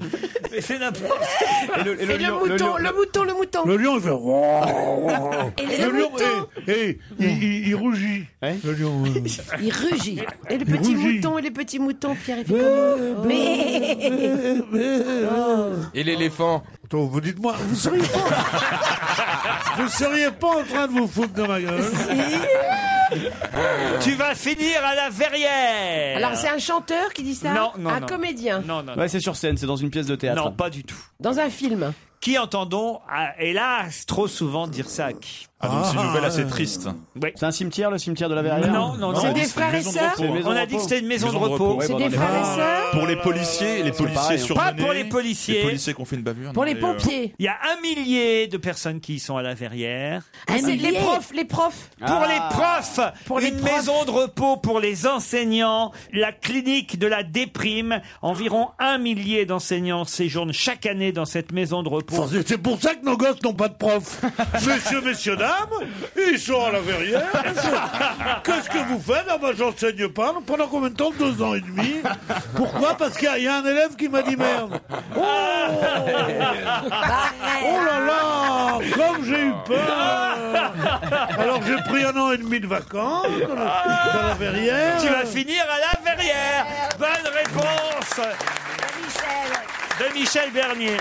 Mais c'est n'importe Et le, et le Et le lion- le mouton, lion- le mouton, le mouton. Le lion, il fait... Et Le, le lion, mouton. eh, eh, il, il- il rougit. Hein le lion... euh. Il rugit. Et les petits rougit. moutons, et les petits moutons, Pierre, il fait comment Eh, Et l'éléphant Attends, vous dites-moi, vous seriez pas... vous seriez pas en train de vous foutre de ma gueule Tu vas finir à la verrière. Alors, c'est un chanteur qui dit ça Euh, Non, non, Un non. comédien Non, non, non. Ouais, c'est sur scène, c'est dans une pièce de théâtre. Non, pas du tout. Dans un film. Qui entendons, ah, hélas, trop souvent dire ça à qui Ah, donc c'est une nouvelle assez triste. C'est un cimetière, le cimetière de la Verrière Non, non, non. C'est des c'est frères une et maison de sœurs repos, hein. maison On de a dit que repos. c'était une maison, Maison de de repos. repos, ouais, C'est bon, des dans les frères bars. et sœurs Euh, Pour les policiers, les policiers pareil, hein. surmenés. Pas pour les policiers. Les policiers qui ont fait une bavure. Pour non, les mais, euh, pompiers. Il y a un millier de personnes qui sont à la verrière. Ah, c'est millier. les profs, les profs. Pour Ah. les profs, Pour les une profs. maison de repos pour les enseignants, la clinique de la déprime. Environ un millier d'enseignants séjournent chaque année dans cette maison de repos. Enfin, c'est- C'est pour ça que nos gosses n'ont pas de prof. Messieurs, messieurs, dames, ils sont à la verrière. Qu'est-ce que vous faites Ah ben, j'enseigne pas. Pendant combien de temps Deux ans et demi. Pourquoi Parce qu'il y a- il y, a un élève qui m'a dit merde. Oh, oh là là Comme j'ai eu peur Alors j'ai pris un an et demi de vacances dans la, dans la verrière. Tu vas finir à la verrière. Bonne réponse de Michel Bernier.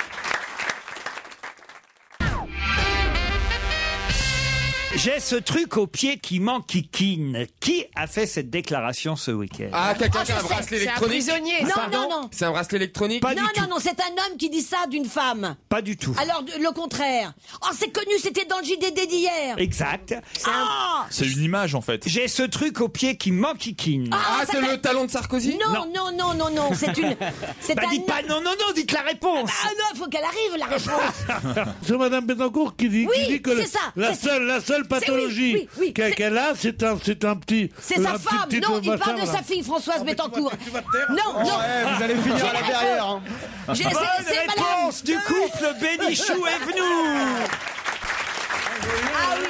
J'ai ce truc au pied qui m'enquiquine. Qui a fait cette déclaration ce week-end Ah, quelqu'un Ah, je qui a un sais, bracelet C'est un électronique Ah, prisonnier. Non, ça. non, non. C'est un bracelet électronique Pas non, du non, tout. non, c'est un homme qui dit ça d'une femme. Pas du tout. Alors, de- le contraire. Oh, c'est connu, c'était dans le JDD d'hier. Exact. Ah C'est une image en fait. J'ai ce truc au pied qui m'enquiquine. Ah, ça c'est fait- le talon de Sarkozy non, non, non, non, non, c'est une. C'est Bah un. dites pas non, non, non, dites la réponse. Ah non, faut qu'elle arrive, la réponse. C'est Madame Bettencourt qui dit, qui Oui, dit que le- c'est ça, la, c'est seule, la seule seule pathologie oui, oui, qu'elle qu'elle a, c'est un, c'est un petit. C'est un sa petit femme, titre non, il machin, parle de voilà. sa fille Françoise Bettencourt. taire. Non, non. Ouais, vous allez finir à la J'ai- verrière, hein. J'ai- Bonne c'est- c'est Ah madame- réponse du couple Bénichou et Venoux. Ah oui.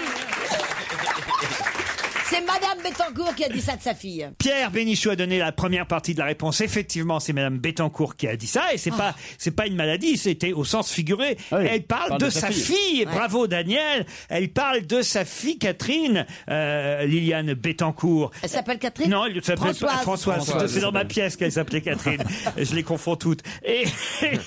C'est madame Bettencourt qui a dit ça de sa fille. Pierre Bénichou a donné la première partie de la réponse. Effectivement, c'est Madame Bettencourt qui a dit ça, et c'est pas c'est pas une maladie, c'était au sens figuré. Elle Ah parle, de, sa fille. Et Ouais. Bravo Daniel. Elle parle de sa fille Catherine, euh, Liliane Bettencourt. Elle s'appelle Catherine Non, elle s'appelait pas- Françoise. Françoise. Françoise. C'est dans ma pièce qu'elle s'appelait Catherine. Je les confonds toutes. Et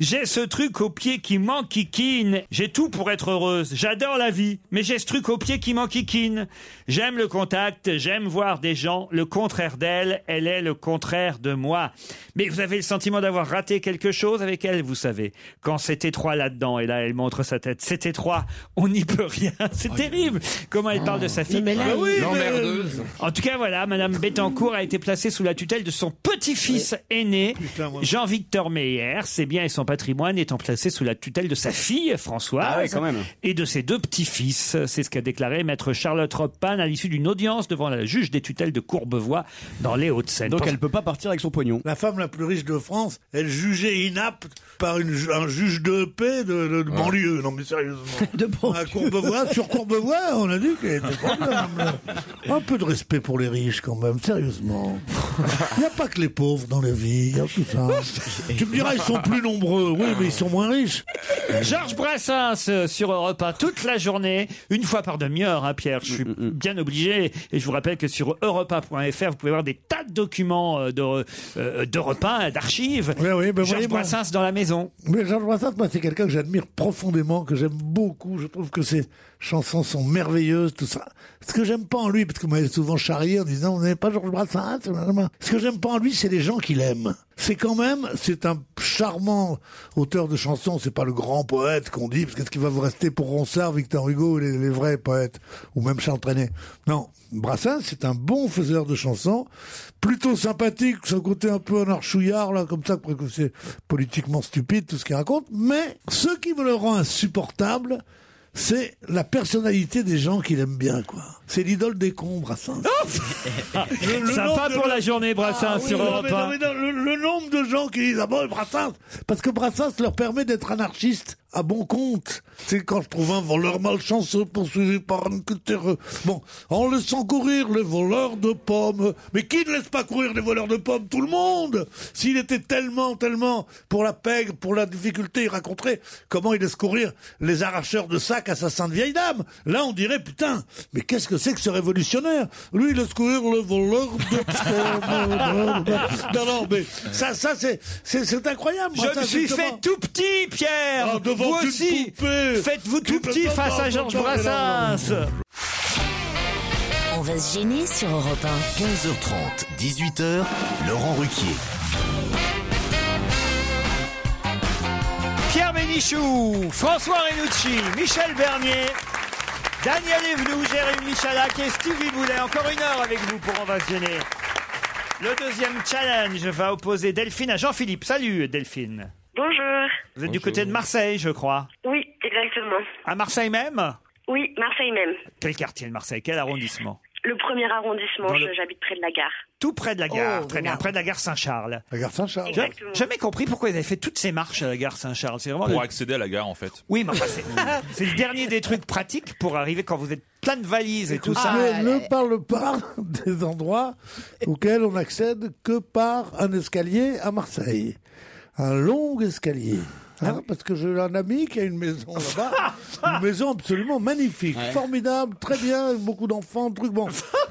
j'ai ce truc au pied qui m'enquiquine. J'ai tout pour être heureuse. J'adore la vie. Mais j'ai ce truc au pied qui m'enquiquine. J'aime le contact. J'aime voir des gens. Le contraire d'elle, elle est le contraire de moi. Mais vous avez le sentiment d'avoir raté quelque chose avec elle, vous savez. Quand cet étroit là-dedans, et là, elle montre sa tête. Cet étroit, on n'y peut rien. C'est terrible. Comment elle parle de sa fille. Mais là, Ah oui, il- mais- L'emmerdeuse. En tout cas, voilà, Madame Bettencourt a été placée sous la tutelle de son petit-fils aîné, Jean-Victor Meyer. C'est bien et son patrimoine étant placé sous la tutelle de sa fille, Françoise, Ah ouais, quand même. et de ses deux petits-fils. C'est ce qu'a déclaré Maître Charlotte Roppan à l'issue d'une audience devant la juge des tutelles de Courbevoie dans les Hauts-de-Seine. Donc Pour- elle peut pas partir avec son pognon. La femme la plus riche de France, elle jugée inapte par une ju- un juge de paix de, de- de banlieue. Non mais sérieusement. de À Courbevoie, sur Courbevoie, on a dit qu'elle était pas mal. Un peu de respect pour les riches quand même, sérieusement. Il n'y a pas que les pauvres dans la vie, il y a tout ça. tu me diras, ils sont plus nombreux, oui, mais ils sont moins riches. Georges Brassens euh, sur Europe 1 toute la journée, une fois par demi-heure, hein, Pierre. Je suis bien obligé. Et je vous rappelle que sur europe1.fr, vous pouvez voir des tas de documents euh, de, euh, d'Europe 1, d'archives. ben Georges voyez, moi- Brassens dans la maison. Mais Georges Brassens, moi, c'est quelqu'un que j'admire profondément, que j'aime beaucoup. Je trouve que ses chansons sont merveilleuses, tout ça. Ce que j'aime pas en lui, parce que vous m'avez souvent charrié en disant, vous n'aimez pas Georges Brassens blablabla. Ce que j'aime pas en lui, c'est les gens qu'il aime. C'est quand même, c'est un charmant auteur de chansons. C'est pas le grand poète qu'on dit, parce qu'est-ce qui va vous rester pour Ronsard, Victor Hugo, les, les vrais poètes, ou même Charles Trenet. Non. Brassens, c'est un bon faiseur de chansons, plutôt sympathique, son côté un peu un archouillard, là, comme ça, après que c'est politiquement stupide, tout ce qu'il raconte. Mais ce qui me le rend insupportable, c'est la personnalité des gens qu'il aime bien, quoi. C'est l'idole des cons, Brassens. Ah Le- le Sympa nombre de- pour la journée, Brassens Ah oui, sur non, Europe mais non, 1. mais non, le, le nombre de gens qui disent Ah bon, Brassens Parce que Brassens leur permet d'être anarchistes à bon compte. C'est quand je trouve un voleur malchanceux poursuivi par un culture. Bon, on laissant courir les voleurs de pommes. Mais qui ne laisse pas courir les voleurs de pommes Tout le monde S'il était tellement, tellement pour la pègre, pour la difficulté, il raconterait comment il laisse courir les arracheurs de sacs à sa sainte vieille dame. Là, on dirait Putain, mais qu'est-ce que c'est que ce révolutionnaire Lui, il laisse courir le voleur de pommes. Non, non, mais ça, ça c'est, c'est, c'est incroyable. Je me suis fait tout petit, Pierre. Ah, devant Vous une aussi. poupée. Faites-vous tout Qui- petit face à Georges Brassens. On va se gêner sur Europe 1. 15h30, 18h, Laurent Ruquier. Pierre Bénichou, François Renucci, Michel Bernier, Daniel Evenou, Jérémy Michalak et Stevie Boulet. Encore une heure avec vous pour On va se gêner. Le deuxième challenge va opposer Delphine à Jean-Philippe. Salut Delphine. Bonjour. Vous êtes du côté de Marseille, je crois. Oui, exactement. À Marseille même Oui, Marseille même. Quel quartier de Marseille Quel arrondissement Le premier arrondissement, Dans le- je- j'habite près de la gare. Tout près de la gare, Oh, très bien, voilà. près de la gare Saint-Charles. La gare Saint-Charles. J'ai jamais compris pourquoi ils avaient fait toutes ces marches à la gare Saint-Charles. C'est vraiment le- Pour accéder à la gare, en fait. Oui, mais enfin, c'est- c'est le dernier des trucs pratiques pour arriver quand vous êtes plein de valises et tout Ah ça. ne ne parle pas des endroits auxquels on n'accède que par un escalier à Marseille. Un long escalier. Ah Hein, parce que j'ai un ami qui a une maison là-bas, une maison absolument magnifique, Ouais. formidable, très bien, avec beaucoup d'enfants, truc bon.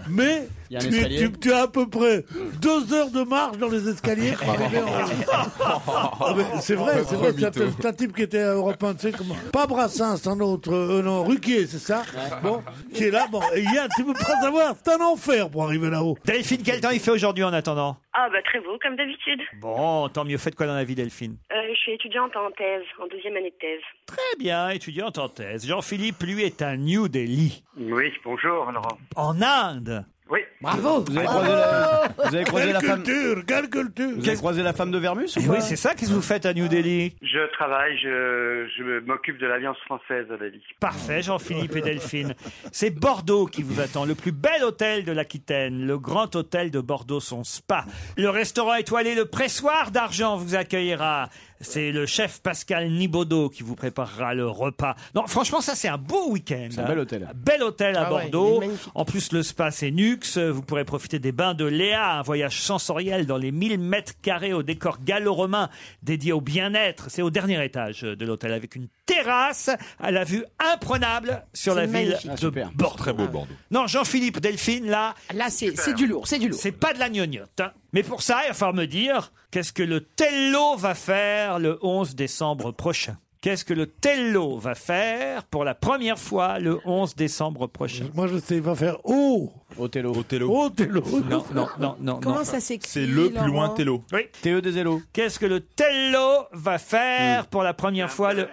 Mais Il y a un tu, es- escalier. tu- tu as à peu près deux heures de marche dans les escaliers pour arriver en- Ah, mais c'est vrai, c'est vrai. C'est un- c'est un type qui était européen, tu sais comment. Pas Brassens, c'est un autre. euh, non, Ruquier, c'est ça Bon, qui est là. Bon, et il y a, tu peux pas savoir, c'est un enfer pour arriver là-haut. Delphine, quel temps il fait aujourd'hui en attendant Ah bah très beau, comme d'habitude. Bon, tant mieux. Faites quoi dans la vie, Delphine Euh, je suis étudiante en thèse, en deuxième année de thèse. Très bien, étudiante en thèse. Jean-Philippe, lui, est à New Delhi, Oui, bonjour Laurent. en Inde. Oui, Bravo Vous avez croisé la, vous avez croisé Quelle la femme. culture, quelle culture Vous avez croisé la femme de Vermus ou Eh pas oui, c'est ça, qu'est-ce que vous faites à New Delhi Je travaille, je, je m'occupe de l'Alliance française à Delhi. Parfait, Jean-Philippe et Delphine. C'est Bordeaux qui vous attend, le plus bel hôtel de l'Aquitaine, le grand hôtel de Bordeaux, son spa. Le restaurant étoilé, le pressoir d'argent vous accueillera. C'est le chef Pascal Nibaudot qui vous préparera le repas. Non, franchement, ça c'est un beau week-end. hein. C'est un bel hôtel. Bel hôtel à Ah ouais, Bordeaux. il est en plus, le spa c'est Nux. Vous pourrez profiter des bains de Léa, un voyage sensoriel dans les 1000 mètres carrés au décor gallo-romain dédié au bien-être. C'est au dernier étage de l'hôtel avec une terrasse à la vue imprenable sur C'est la ville magnifique. Ah, de super. Bordeaux. Très beau Bordeaux. Non, Jean-Philippe Delphine, là. Là, c'est c'est du lourd, c'est du lourd. C'est pas de la gnognotte. hein. Mais pour ça, il va falloir me dire qu'est-ce que le Tello va faire le 11 décembre prochain. Qu'est-ce que le Tello va faire pour la première fois le 11 décembre prochain Moi, je sais, il va faire O. Othello. Othello. Othello. Non, non, non, non. Comment non. ça s'écrit, C'est le plus Laurent loin Tello. Oui. Théo des Hello. Qu'est-ce que le Tello va faire pour la première fois le.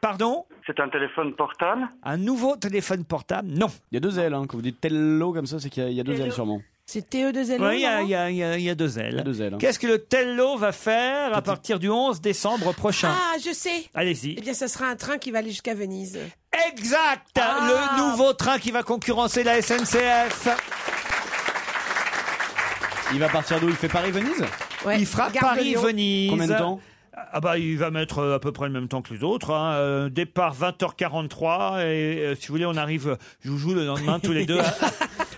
Pardon C'est un téléphone portable Un nouveau téléphone portable Non. Il y a deux L, hein, quand vous dites tello comme ça, c'est qu'il y a- il y a deux L sûrement. C'est Théo de Zello. Oui, il y a- il y, a- il y a- il y a deux ailes. deux ailes, hein. Qu'est-ce que le Tello va faire à partir du 11 décembre prochain Ah, je sais. Eh Allez-y. bien, ça sera un train qui va aller jusqu'à Venise. Exact Le nouveau train qui va concurrencer la SNCF. Il va partir d'où Il fait Paris-Venise Il fera Gare de Lyon. Paris-Venise. Combien de temps ah bah, il va mettre euh, à peu près le même temps que les autres. hein. Euh, départ 20h43 et euh, si vous voulez, on arrive euh, joujou le lendemain tous les deux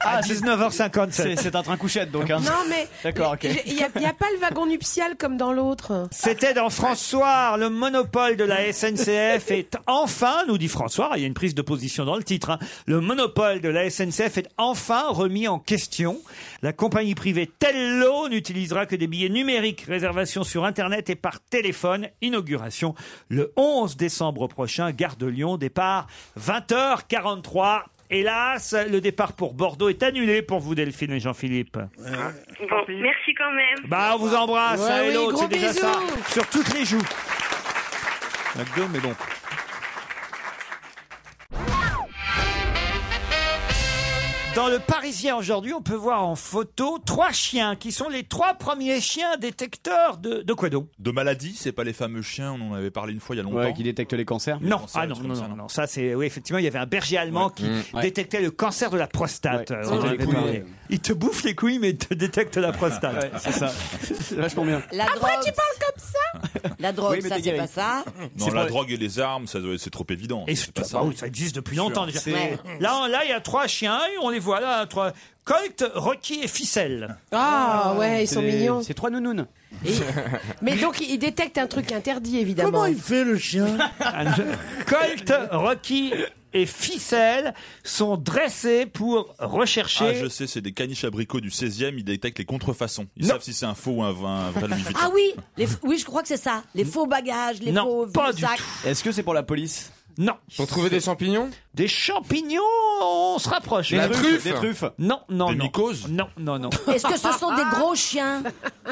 à, à 19h57. C'est- c'est un train couchette donc. hein. Non, mais. D'accord, ok. Il n'y a, il y a pas le wagon nuptial comme dans l'autre. C'était dans François, le monopole de la SNCF est enfin, nous dit François, il y a une prise de position dans le titre, hein, le monopole de la SNCF est enfin remis en question. La compagnie privée Tello n'utilisera que des billets numériques, réservation sur Internet et par téléphone. Inauguration le 11 décembre prochain, gare de Lyon, départ 20h43. Hélas, le départ pour Bordeaux est annulé pour vous, Delphine et Jean-Philippe. Bon, merci quand même. Bah, on vous embrasse, Ouais, un et oui, l'autre, gros c'est déjà bisous. ça. Sur toutes les joues. mais bon. Dans le Parisien aujourd'hui, on peut voir en photo trois chiens qui sont les trois premiers chiens détecteurs de, de quoi donc De maladie, c'est pas les fameux chiens, on en avait parlé une fois il y a longtemps. Ouais, qui détecte les cancers. Non, ah non, non, non, non, ça c'est oui effectivement il y avait un berger allemand qui Mm. Ouais. détectait le cancer de la prostate. euh, c'était on en les avait couilles, parlé. ouais. Il te bouffe les couilles mais il te détecte la prostate. Ouais, c'est ça. C'est vachement bien. La drogue. tu parles comme ça La drogue, Oui, mais ça, t'es c'est guéri. pas ça. Non, C'est la pas- drogue et les armes, ça doit- c'est trop évident. Et c'est pas Ah oui, ça existe depuis longtemps déjà. C'est- Ouais. Là, on- là, il y a trois chiens, et on les voit là, trois. Colt, Rocky et Ficelle. Ah, ouais, ils c'est sont des- mignons. C'est trois nounounes. Mais donc, ils détectent un truc interdit, évidemment. Ah, Comment il fait le chien Colt, Rocky et Ficelle sont dressés pour rechercher. Ah, je sais, c'est des caniches abricots du 16 e ils détectent les contrefaçons. Ils savent si c'est un faux ou un, vrai- un vrai Louis Vuitton. Ah oui, les, f- oui, je crois que c'est ça. Les faux bagages, les faux vieux sacs. Est-ce que c'est pour la police Non. Pour trouver des champignons Des champignons, on se rapproche. Des La truffes, truffe des truffes. Non, non, Des non. Non, non, non. Est-ce que ce sont des gros chiens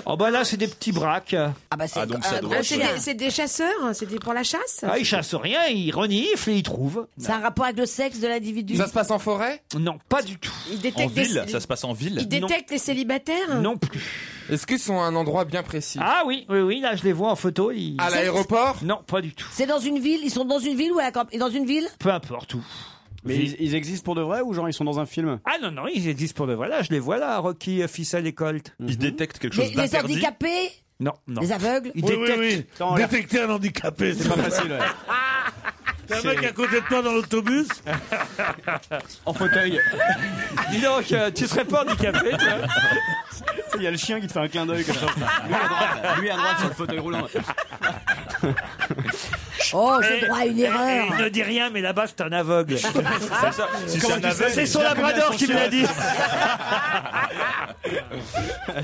Oh bah là, c'est des petits braques. Ah bah c'est donc Ah, c'est des- c'est des, chasseurs hein, C'était pour la chasse Ah, ils chassent rien, ils reniflent et ils trouvent. C'est un rapport avec le sexe de l'individu. Ça se passe en forêt Non, pas du tout. Ils En détectent ville, les... ça se passe en ville. Ils détectent les célibataires Non plus. Est-ce qu'ils sont à un endroit bien précis Ah oui, oui, oui, là je les vois en photo. ils- À l'aéroport Non, pas du tout. C'est dans une ville Ils sont dans une ville ou à la camp- Dans une ville Peu importe où. Mais ils, ils existent pour de vrai ou genre ils sont dans un film Ah non, non, ils existent pour de vrai. Là, je les vois là, Rocky, euh, Ficelle et Colt. Mhm. Ils détectent quelque les, les handicapés Non, non. Les aveugles Ils Oui, oui, détectent. oui. Attends, là. Détecter un handicapé, c'est pas facile, ouais. T'as un mec à côté de toi dans l'autobus En fauteuil. Dis donc, euh, tu serais pas handicapé, toi Il y a le chien qui te fait un clin d'œil comme ça. Lui à droite, lui à droite sur le fauteuil roulant. Oh, Et- j'ai droit à une et- erreur. et Ne dis rien, mais là-bas, c'est un aveugle. C'est ça. Si Comment c'est un tu sais aveugle, C'est son il a combien labrador son qui me l'a dit. chien euh,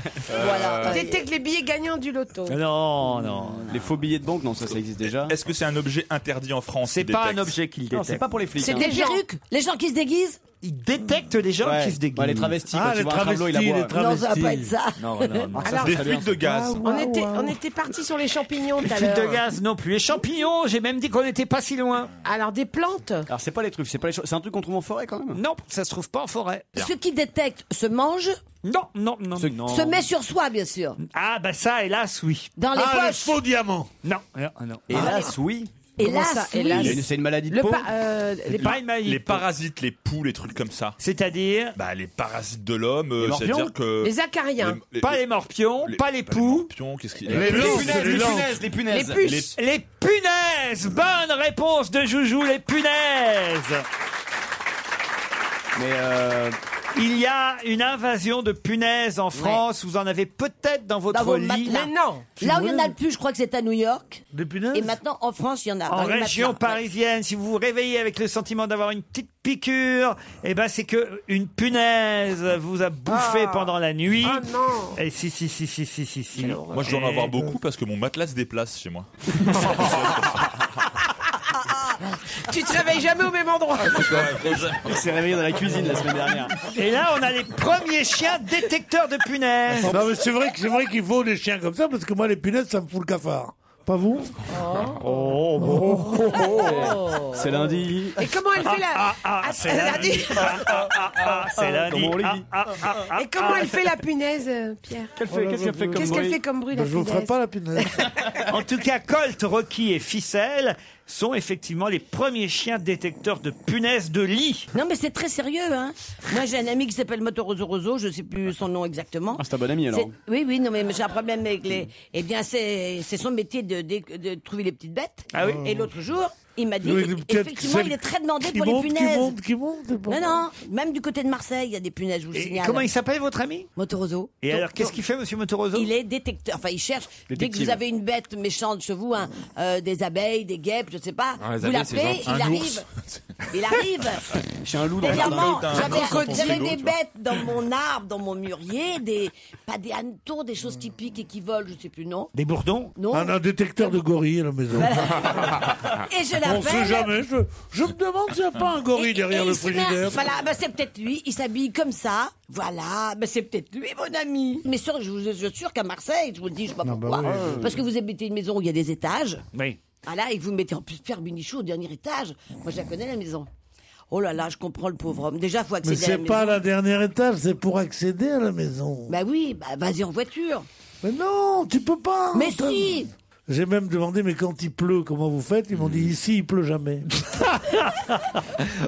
Ils détectent les billets gagnants du loto. Non, non. Ah, Les faux billets de banque, non, ça, ça existe déjà. Est-ce que c'est un objet interdit en France C'est qui pas détecte un objet qu'il Non, détecte. c'est pas pour les flics. C'est hein. des perruques Les gens qui se déguisent il détecte les gens Ouais. qui se déguisent. Ouais, les travestis, Ah, quand tu les vois un tableau, il aboie. travestis, les Non, ça va pas être ça. Non, non, non. Ah, ça, c'est Des très bien, fuites de ça. gaz. Ah, On était, on était partis sur les champignons Les tout à fuites de l'heure. gaz non plus. Les champignons, j'ai même dit qu'on n'était pas si loin. Alors des plantes Alors c'est pas les trucs, c'est pas les choses. C'est un truc qu'on trouve en forêt quand même. Non, ça se trouve pas en forêt. Ceux qui détectent se mangent Non, non, non. Ce- non. Se met sur soi, bien sûr. Ah bah ça, hélas, oui. Dans les ah, poches. faux diamant. Non, non, non. Hélas, oui. Hélas, Comment ça, oui. hélas Il y a une- C'est une maladie de Le peau. pa- euh, les pa- les parasites, les poux, les trucs comme ça. C'est-à-dire Bah les parasites de l'homme, euh, Les morpions c'est-à-dire que Les acariens. Pas les morpions, pas les poux. qu'est-ce qu'il y a Les Les puces, punaises, les les lances. punaises, les punaises. Les puces. Les punaises. Bonne réponse de Joujou, les punaises. Mais euh, Il y a une invasion de punaises en France. Vous en avez peut-être dans votre Dans vos lit. matelas. Là où il y en a le plus, je crois que c'est à New York. Des punaises Et maintenant, en France, il y en a. En dans les région matelas. parisienne, si vous vous réveillez avec le sentiment d'avoir une petite piqûre, eh ben c'est que une punaise vous a bouffé Ah. pendant la nuit. Ah non Et si si si si si si si. Moi je dois en avoir beaucoup parce que mon matelas se déplace chez moi. Tu te réveilles jamais au même endroit. Ah, Il s'est réveillé dans la cuisine la semaine dernière. Et là, on a les premiers chiens détecteurs de punaises. Non, mais c'est vrai que c'est vrai qu'il faut des chiens comme ça parce que moi les punaises ça me fout le cafard. Pas vous Oh, Oh. C'est lundi. Et comment elle fait la... Ah, ah, ah, c'est lundi. Ah, ah, ah, ah, c'est lundi. Comment on lit Ah, ah, ah, ah, Et comment ah. elle fait la punaise, euh, Pierre Qu'est-ce qu'elle fait comme Qu'est-ce qu'elle bruit fait comme bruit, la Ben, je vous ferai punaise pas la punaise. En tout cas, Colt, Rocky et Ficelle sont effectivement les premiers chiens détecteurs de punaises de lit. Non, mais c'est très sérieux, hein. Moi, j'ai un ami qui s'appelle Motoroso Roso, je sais plus son nom exactement. Ah, c'est un bon ami alors. C'est- Oui, oui, non, mais j'ai un problème avec les. Eh bien, c'est c'est son métier de, de, de trouver les petites bêtes. Ah oui. Et l'autre jour, il m'a dit Oui, les petites- effectivement, celles il est très demandé qui pour montent, les qui punaises. montent, qui montent, Non, non, même du côté de Marseille, il y a des punaises, je vous le signale. comment il s'appelle, votre ami Motoroso. Et alors, qu'est-ce qu'il fait, monsieur Motoroso Il est détecteur. Enfin, il cherche. Dès que Détective. vous avez une bête méchante chez vous, hein, euh, des abeilles, des guêpes, je sais pas, Ah, les vous abeilles, c'est l'appelez, il gentil. Un ours. arrive. Il arrive. J'ai un loup dans Dernièrement, la j'avais- j'avais des bêtes dans mon arbre, dans mon mûrier, des pas des hannetons, des choses qui piquent et qui volent, je sais plus non. Des bourdons Non. On a un détecteur de gorilles à la maison. Et je On sait l'appelle. jamais. Je, je me demande s'il n'y a pas un gorille derrière Et le il se met- frigidaire. Voilà, bah c'est peut-être lui. Il s'habille comme ça. Voilà, bah c'est peut-être lui, mon ami. Mais sûr, je vous je suis sûr qu'à Marseille, je vous le dis, je sais pas Non, bah pourquoi, oui. parce que vous habitez une maison où il y a des étages. Oui. Voilà, et vous mettez en plus Pierre Bénichou au dernier étage. Moi, je la connais la maison. Oh là là, je comprends le pauvre homme. Déjà, faut Mais accéder à c'est la pas maison. la dernière étage, c'est pour accéder à la maison. Bah oui, bah vas-y en voiture. Mais non, tu peux hein, pas. Mais T'as- si. Oh, J'ai même demandé, mais quand il pleut, comment vous faites Ils m'ont dit, ici, il pleut jamais.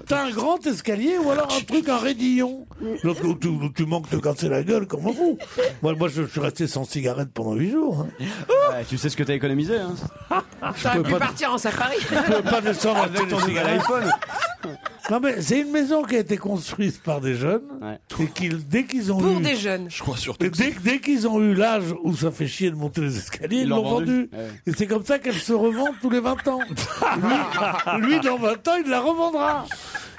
T'as un grand escalier ou alors un truc, un raidillon. L'autre, oh, tu, tu manques de casser la gueule, comment vous moi, moi, je suis resté sans cigarette pendant 8 jours. hein. Ouais, tu sais ce que t'as économisé, hein T'aurais peux pu pas- partir en safari. Je peux pas descendre Avec acheter ton des nouvel cigarettes. iPhone. Non mais c'est une maison qui a été construite par des jeunes et qu'ils dès qu'ils ont Pour eu- des jeunes. Je crois Et dès, dès qu'ils ont eu l'âge où ça fait chier de monter les escaliers, ils l'ont vendue. Et c'est comme ça qu'elle se revend tous les 20 ans. lui, lui, dans 20 ans, il la revendra.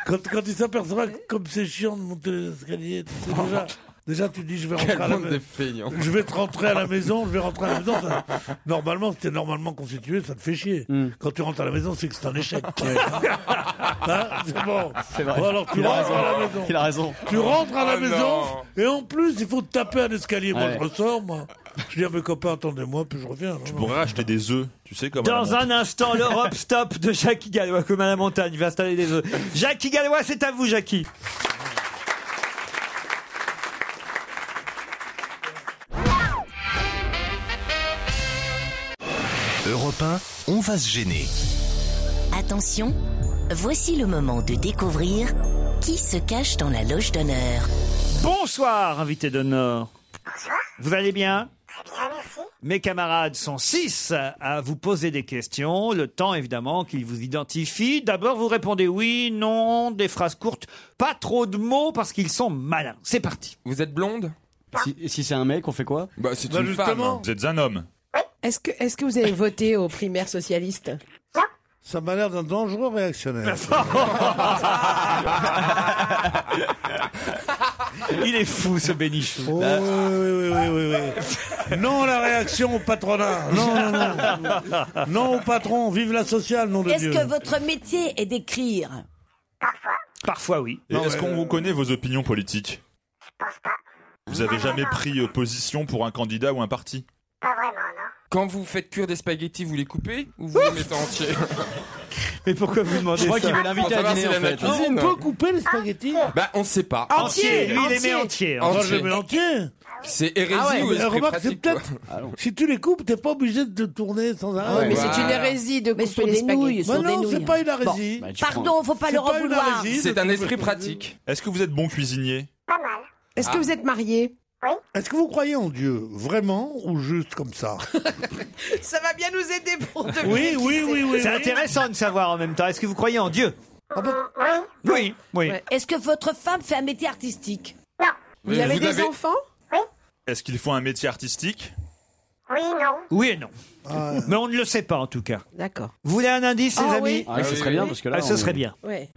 Quand, quand il s'apercevra que comme c'est chiant de monter les escaliers, tu sais, déjà, déjà tu dis je vais rentrer Quel à la monde ma- des feignants. Je vais te rentrer à la maison, je vais rentrer à la maison. ça- normalement, si t'es normalement constitué, ça te fait chier. Quand tu rentres à la maison, c'est que c'est un échec. Hein, c'est bon. C'est vrai. Bon, alors tu Il a rentres raison. à la maison. Il a raison. Tu rentres Ah à la Oh maison et en plus il faut te taper un escalier. Moi Ouais. je ressors, moi. Je dis à mes copains, attendez-moi, puis je reviens. hein. non, Tu non. pourrais acheter des œufs, tu sais comme à la Dans un montagne. instant, l'Europe stop de Jackie Gallois, comme à la montagne, il va installer des œufs. Jackie Gallois, c'est à vous, Jackie. Europe 1, on va se gêner. Attention, voici le moment de découvrir qui se cache dans la loge d'honneur. Bonsoir, invité d'honneur. Vous allez bien Mes camarades sont six à vous poser des questions. Le temps, évidemment, qu'ils vous identifient. D'abord, vous répondez oui, non, des phrases courtes, pas trop de mots parce qu'ils sont malins. C'est parti. Vous êtes blonde Si, si c'est un mec, on fait quoi Bah c'est une femme. hein. Vous êtes un homme. Est-ce que, est-ce que vous avez voté aux primaires socialistes Ça m'a l'air d'un dangereux réactionnaire. Il est fou ce bénichou. Oh, oui, oui, oui, oui, oui. Non à la réaction au patronat. Non, non, non. Non au patron. Vive la sociale, nom de Est-ce Dieu. que votre métier est d'écrire Parfois oui. Et est-ce qu'on vous connaît vos opinions politiques Vous avez jamais pris euh, position pour un candidat ou un parti Quand vous faites cuire des spaghettis, vous les coupez ou vous les mettez entiers Mais pourquoi vous demandez Ah, Je crois ça qu'il veut l'inviter Pour à savoir dîner, s'il en aime la fait. cuisine. Ah, couper les spaghettis Bah, on sait pas. Entier, lui, il les met hein. entiers. hein. Moi, je les mets entiers. C'est hérésie Ah ouais, ou mais esprit remarque, c'est pratique peut-être. quoi Ah non. Si tu les coupes, t'es pas obligé de te tourner sans arrêt. Ouais, mais c'est une hérésie de Mais ce sont couper les des nouilles, ce Mais sont des Bah non, nouilles. c'est hein. pas une hérésie. Bon. Bah, tu Pardon, faut pas C'est leur en pas une vouloir. hérésie. C'est un esprit pratique. Est-ce que vous êtes bon cuisinier Est-ce que Ah. vous êtes marié Est-ce que vous croyez en Dieu Vraiment ou juste comme ça Ça va bien nous aider pour deviner Oui, qui oui, c'est. oui, oui. C'est intéressant de savoir en même temps. Est-ce que vous croyez en Dieu bah, Oui, oui. Est-ce que votre femme fait un métier artistique Vous Oui, avez vous des avez- enfants Est-ce qu'il faut un métier artistique Oui, non. Oui et non. Ah. Mais on ne le sait pas en tout cas. D'accord. Vous voulez un indice, Ah les oui. amis Ah oui, ce serait bien, parce que là, Ah, ce on- serait bien. Ouais.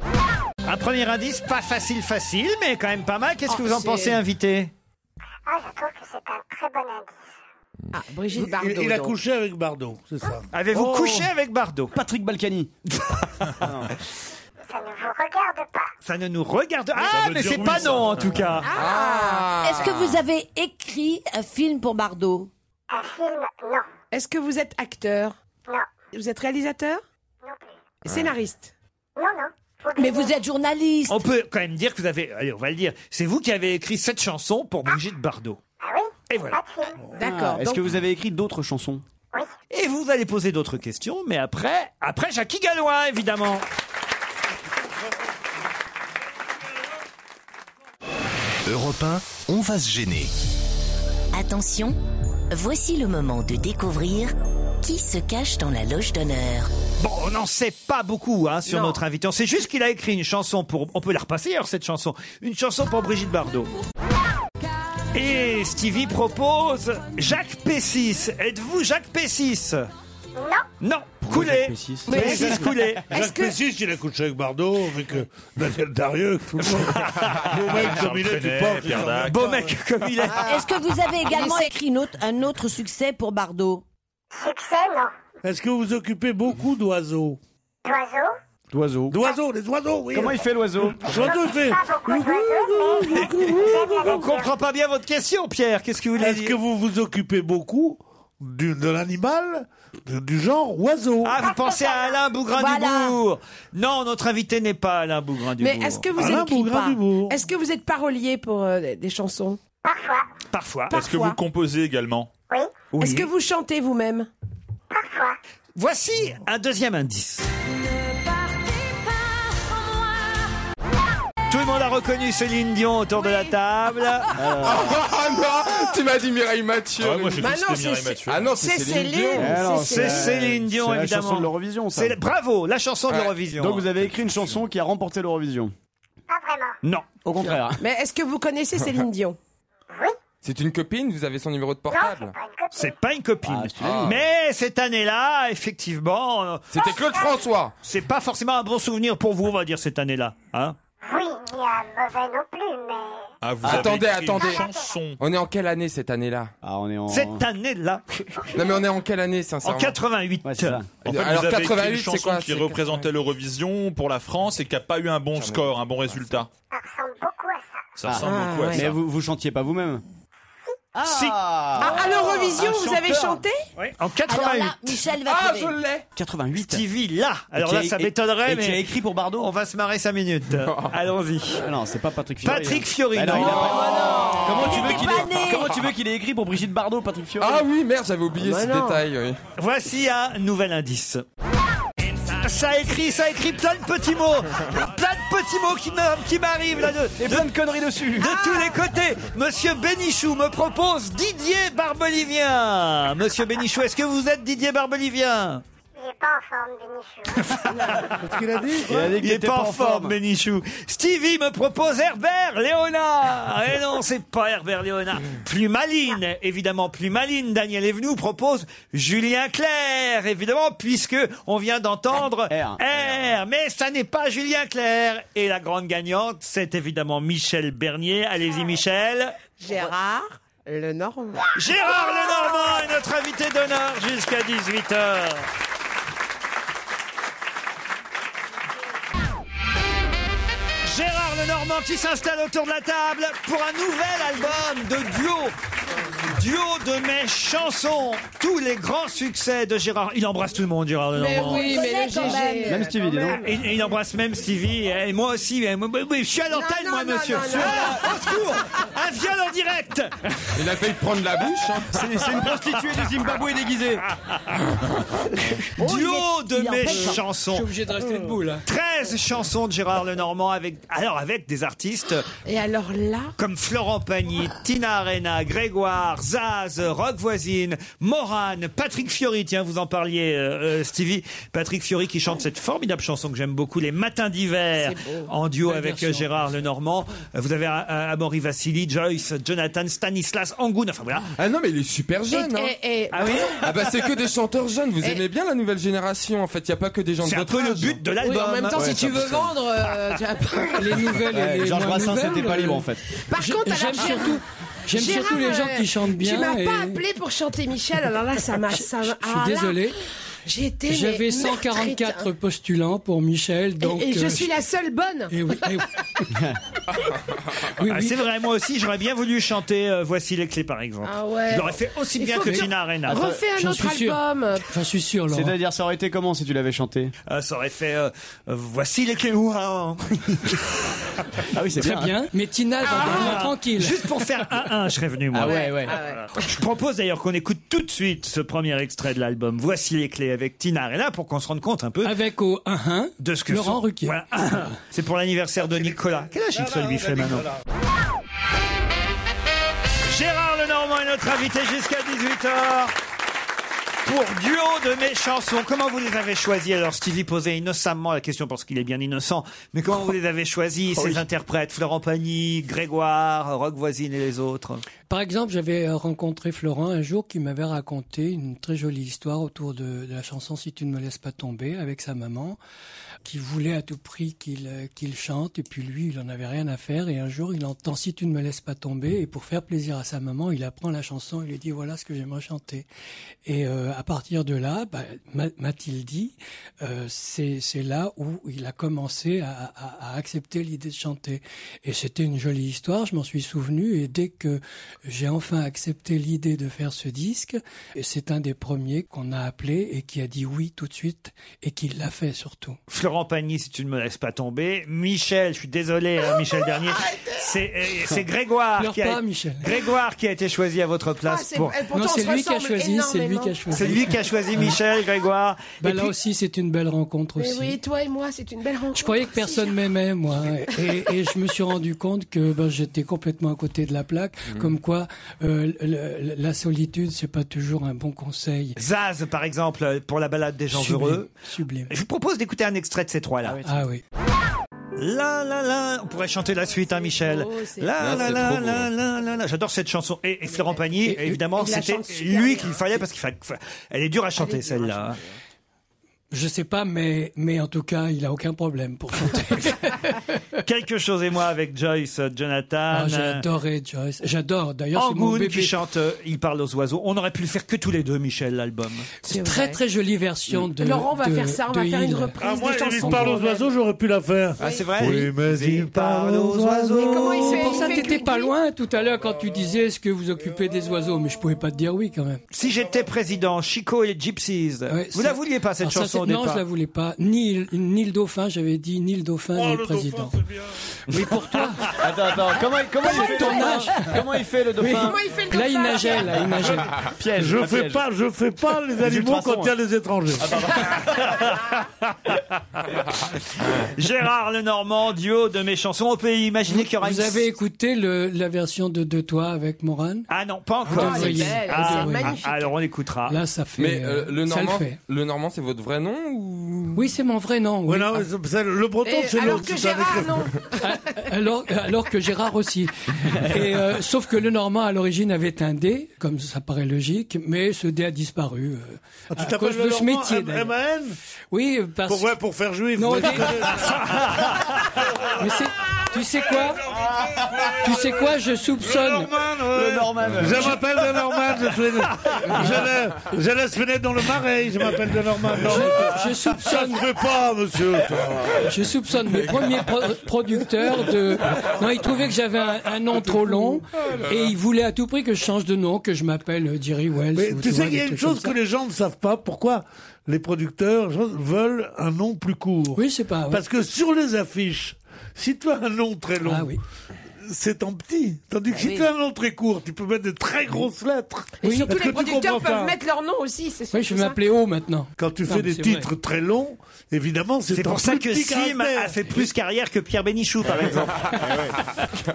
Un premier indice, pas facile, facile, mais quand même pas mal. Qu'est-ce que Ah, vous en c'est- pensez, invité Ah, je trouve que c'est un très bon indice. Ah, Brigitte Bardot. Il, il a donc. couché avec Bardot, c'est ça. Ah, Avez-vous Oh. couché avec Bardot Patrick Balkany. Ah, Ça ne vous regarde pas. Ah. Ça ne nous regarde. Ça Ah, veut mais dire c'est oui, pas ça. non en tout cas. Ah. Est-ce que vous avez écrit un film pour Bardot Un film, non. Est-ce que vous êtes acteur Non. Vous êtes réalisateur Non plus. Scénariste Non, non. Mais vous êtes journaliste. On peut quand même dire que vous avez. Allez, on va le dire. C'est vous qui avez écrit cette chanson pour Brigitte Bardot. Ah oui Et voilà. Pas de film. D'accord. Ah, Est-ce donc- que vous avez écrit d'autres chansons Oui. Et vous allez poser d'autres questions, mais après, après Jackie Gallois, évidemment. Europe 1, on va se gêner. Attention, voici le moment de découvrir qui se cache dans la loge d'honneur. Bon, on n'en sait pas beaucoup hein, sur Non. notre invité. On sait juste qu'il a écrit une chanson pour. On peut la repasser alors cette chanson. Une chanson pour Brigitte Bardot. Et Stevie propose Jacques P6. Êtes-vous Jacques P6 Non. Non. Coulé. Jacques P6 P6 coulé. Jacques que- Pessis, il a couché avec Bardot, avec euh, Daniel Darieux, tout le monde. Beau mec, comme il est, tu Trenet, penses, il Pierre s'en Dac. met Beau pas. mec comme il est. Ah. Est-ce que vous Ah. avez également écrit une autre- un autre succès pour Bardot Succès, non. Est-ce que vous vous occupez beaucoup d'oiseaux D'oiseaux. D'oiseaux D'oiseaux, les oiseaux, oui. Comment il fait l'oiseau L'oiseau, il fait. Pas beaucoup d'oiseaux, mais j'aime la On lumière. comprend pas bien votre question, Pierre. Qu'est-ce que vous voulez Est-ce dire que vous vous occupez beaucoup du- de l'animal, de- du genre oiseau Ah, vous pensez à Alain Bougrain-Dubourg Non, notre invité n'est pas Alain Bougrain-Dubourg. Mais est-ce que Ah, vous Alain écrivez pas Bougrain-Dubourg. Est-ce que vous êtes parolier pour euh, des- des chansons Parfois, Parfois. Par- Est-ce que vous Parfois. composez également oui. Oui. Est-ce que vous chantez vous-même Parfois. Voici un deuxième indice. Tout le monde a reconnu Céline Dion autour de la table. Euh. Ah non Tu m'as dit Mireille Mathieu. Ah ouais, Moi, j'ai Bah cru que non, c'était c'est- Mireille Mathieu. Ah non, c'est Céline Dion. Eh c'est Céline Dion, Eh C'est la évidemment. chanson de l'Eurovision, ça. C'est le- bravo, la chanson de l'Eurovision. Donc vous avez écrit une chanson qui a remporté l'Eurovision. Pas vraiment. Non. Au contraire. Mais est-ce que vous connaissez Céline Dion C'est une copine, vous avez son numéro de Non, c'est portable. pas une copine. C'est pas une copine. Ah, je te l'ai dit. Mais cette année-là, effectivement, euh, C'était Claude François. c'est pas forcément un bon souvenir pour vous, on va dire, cette année-là. Hein Oui, ni un mauvais non plus, mais... Ah, vous Attendez, avez écrit attendez. Une chanson. On est en quelle année cette année-là Ah, on est en. cette année-là, Non mais on est en quelle année en sincèrement 88. Ouais, c'est ça. En fait, Alors, vous avez écrit 88, une c'est chanson quoi qui C'est représentait l'Eurovision pour la France et qui n'a pas eu un bon score, un bon résultat. Ça ressemble beaucoup à Ça ça. ressemble Ah, beaucoup à ouais. Mais ça. vous, vous chantiez pas vous-même Si. Ah, À l'Eurovision, un vous avez chanteur. chanté Ouais, en Alors 88. là, Michel va Ah, trouver. je l'ai 88. TV là. Alors Et là, qui a- ça et- m'étonnerait, et qui a mais écrit pour on Bardot va se marrer cinq minutes. Allons-y. Ah Non, c'est pas Patrick Fiori. Patrick hein. Fiori. Bah non, non. Oh, il a pas- Comment tu veux était qu'il pas ait... né. Comment tu veux qu'il ait écrit pour Brigitte Bardot, Patrick Fiori Ah oui, merde, j'avais oublié Ah bah ce non. détail. oui. Voici un nouvel indice. Ça écrit, ça écrit plein de petits mots, plein de petits mots qui, me- qui m'arrivent là de, Et de- plein de conneries dessus. de tous les côtés. Monsieur Bénichou me propose Didier Barbelivien. Monsieur Bénichou, est-ce que vous êtes Didier Barbelivien Il est pas en forme, Benichou. Ah. Qu'est-ce qu'il a dit Il a dit Il que est t'étais pas en forme, Bénichou. Stevie me propose Herbert Léonard. Eh non, c'est pas Herbert Léonard. Plus maline, évidemment, plus maline. Daniel Evenou propose Julien Clerc, évidemment, puisque on vient d'entendre R. R. Mais ça n'est pas Julien Clerc. Et la grande gagnante, c'est évidemment Michel Bernier. Allez-y, Michel. Gérard Lenormand. Gérard Lenormand est notre invité d'honneur jusqu'à 18h. Gérard Lenormand qui s'installe autour de la table pour un nouvel album de duo. Duo de mes chansons. Tous les grands succès de Gérard. Il embrasse tout le monde, Gérard Lenormand. mais le GG. Stevie, Il, il embrasse même Stevie. Et et moi aussi. et moi- moi- moi, je suis à l'antenne, moi, monsieur. non, non. Ah, au secours Un viol en direct Il a failli te prendre la bouche. hein. Zimbabwe déguisée. Oh, Duo de mes hein. chansons. Je suis obligé de rester debout là. 13 chansons de Gérard Lenormand avec, alors avec des artistes Et alors là, comme Florent Pagny, Tina Arena, Grégoire, Zaz, Rock Voisine, Morane, Patrick Fiori, tiens, vous en parliez, euh, euh, Stevie. Patrick Fiori qui chante cette formidable chanson que j'aime beaucoup, Les Matins d'hiver, en duo avec euh, Gérard Lenormand. Euh, Vous avez euh, Amaury Vassili, Joyce, Jonathan, Stanislas, Angoun, enfin voilà. Ah non, mais il est super jeune. hein. Ah oui Ah bah c'est que des chanteurs jeunes, vous aimez bien la nouvelle génération en fait, il y a pas que des gens de C'est un votre peu le âge. but de l'album. Oui, en même temps, si tu veux vendre euh, tu as- les nouvelles et les moins nouvelles, euh, Par j'ai- contre, alors, j'aime Gérard- surtout, j'aime Gérard, surtout les gens euh, qui chantent bien. Tu m'as et- pas appelé pour chanter Michel, alors là, ça m'a. Je Je suis désolé. J'étais. J'avais mais 144 meurtrie, postulants pour Michel, hein. donc. Et, et je euh, suis la seule bonne. eh oui, eh oui. Ah, C'est vrai, moi aussi, j'aurais bien voulu chanter euh, Voici les clés, par exemple. Ah ouais. Je l'aurais fait aussi Il bien faut que que- Tina Arena. Refais un autre album. J'en suis sûr, Laurent. C'est-à-dire, ça aurait été comment si tu l'avais chanté Euh, ça aurait fait euh, euh, Voici les clés. Ouah. Ah oui, c'est Très bien. Mais Tina, j'en ai moins tranquille. Juste pour faire un 1 je serais venu moi. Ah ouais, ouais. Voilà. Je propose d'ailleurs qu'on écoute tout de suite ce premier extrait de l'album Voici les clés avec Tina Arena pour qu'on se rende compte un peu Avec au 1-1 de ce que Laurent sont- Ruquier. Voilà. C'est pour l'anniversaire de Nicolas. Quel âge il se lui fait maintenant Gérard Lenormand est notre invité jusqu'à 18h. Pour duo de mes chansons, comment vous les avez choisis Alors Stevie posait innocemment la question parce qu'il est bien innocent, mais comment vous les avez choisis, ces interprètes Florent Pagny, Grégoire, Rock Voisine et les autres Par exemple, j'avais euh, rencontré Florent un jour qui m'avait raconté une très jolie histoire autour de, de la chanson Si tu ne me laisses pas tomber avec sa maman qui voulait à tout prix qu'il euh, qu'il chante et puis lui il en avait rien à faire et un jour il entend Si tu ne me laisses pas tomber et pour faire plaisir à sa maman il apprend la chanson il lui dit voilà ce que j'aimerais chanter et euh, à partir de là bah, ma- m'a-t-il dit euh, c'est c'est là où il a commencé à, à- à accepter l'idée de chanter et c'était une jolie histoire je m'en suis souvenu et dès que j'ai enfin accepté l'idée de faire ce disque et c'est un des premiers qu'on a appelé et qui a dit oui tout de suite et qui l'a fait surtout Florent Pagny, si tu ne me laisses pas tomber. Michel, je suis désolé, hein, Michel Dernier. C'est euh, c'est Grégoire Pleure qui, a, pas, Michel. Grégoire qui a été choisi à votre place. Ah, c'est- pour- elle- pourtant, non, c'est on se lui qui a ressemble choisi, c'est lui énormément. qui a choisi. Ah. C'est lui qui a choisi Michel, Grégoire. Bah, Et là puis- aussi, c'est une belle rencontre Mais aussi. Eh oui, toi et moi, c'est une belle rencontre. Je croyais que personne m'aimait, moi, et, et je me suis rendu compte que ben, j'étais complètement à côté de la plaque. Mhm. Comme quoi, euh, le- le- la solitude, c'est pas toujours un bon conseil. Zaz, par exemple, pour la balade des gens Sublime, heureux. Sublime. Je vous propose d'écouter un extrait de ces trois-là. Ah oui. La la la, on pourrait chanter la suite, hein, Michel. beau, c'est- La Non, la c'est la trop beau. la la la la. J'adore cette chanson. Et, et Florent Pagny, évidemment, il la c'était chante super lui bien. qu'il fallait parce qu'il fallait. Elle est dure à chanter celle-là. hein. Je sais pas, mais, mais en tout cas, il a aucun problème pour chanter. Quelque chose et moi avec Joyce, euh, Jonathan. Ah, J'ai euh, adoré Joyce. J'adore. D'ailleurs, c'est mon Angoun bébé. qui chante euh, Il parle aux oiseaux. On aurait pu le faire que tous les deux, Michel, l'album. C'est très très jolie version de. Laurent, on va de- faire ça, on va de faire une Hill. reprise Ah, moi, des il chansons. parle aux qu'on aime. oiseaux, j'aurais pu la faire. Ah, c'est vrai Oui, mais il parle aux oiseaux. Mais comment il fait C'est pour ça Il que fait t'étais gris-gris. pas loin tout à l'heure quand tu disais est-ce que vous occupez des oiseaux, mais je pouvais pas te dire oui quand même. Si j'étais président, Chico et les Gypsies. Ouais, vous ça- la vouliez pas, cette Alors ça, chanson, c'est- au Non, départ je la voulais pas. Ni, le- ni le dauphin, j'avais dit ni le dauphin, Oh, ni le, président. Mais pour toi, Attends, attends, comment, comment il fait le tournage. dauphin Comment il fait le dauphin Comment il fait le là il dauphin nageait, là il nageait. Piège. Je un fais piège. pas, je fais pas les animaux ultrasons, quand hein. il y a les étrangers. Ah, bah, Gérard Lenormand, duo de mes chansons. On peut imaginer qu'il y aura Vous une- avez écouté le, la version de De Toi avec Morane Ah non, pas encore. Ah, c'est belle, Ah, c'est ah, magnifique. alors on écoutera. Là ça fait. Mais euh, le euh, ça normand, le fait. le normand c'est votre vrai nom ou Oui, c'est mon vrai nom. oui. Ouais, non, mais c'est- c'est- le breton, Et c'est le. alors que c'est avec Gérard, le- non. Alors, alors que Gérard aussi. Et, euh, sauf que le normand à l'origine avait un dé, comme ça paraît logique, mais ce dé a disparu. euh, bah, Ah, Tu à cause t'appelles de ce Laurent métier. M- d'ailleurs. MAN Oui, parce Pour, ouais, pour faire juif. Non, Ouais, mais- je connais. Mais c'est- Tu sais quoi Tu sais quoi Je soupçonne. Le Norman. Je m'appelle de Norman, je, fais- je, la- je laisse fenêtre dans le marais, je m'appelle de Norman. Je- je soupçonne. Ça se fait pas, monsieur. Je soupçonne mes premiers pro- producteurs de. Non, ils trouvaient que j'avais un, un nom trop long et ils voulaient à tout prix que je change de nom, que je m'appelle euh, Jerry Wells. Mais ou tu vois, sais, il y des a une trucs chose que comme ça. les gens ne savent pas. Pourquoi les producteurs je- veulent un nom plus court Oui, c'est pas. Parce que sur les affiches, si tu as un nom très long, Ah c'est en petit. Tandis que Ah si oui. tu as un nom très court, tu peux mettre de très grosses lettres. Et surtout, les Est-ce que tu producteurs comprends peuvent ça mettre leur nom aussi, c'est sûr. Oui, je vais ça. m'appeler O maintenant. Quand tu Non, fais mais des c'est titres très longs, évidemment, c'est C'est en pour ça plus que petit Sim caractère. a fait plus carrière que Pierre Bénichou, par exemple.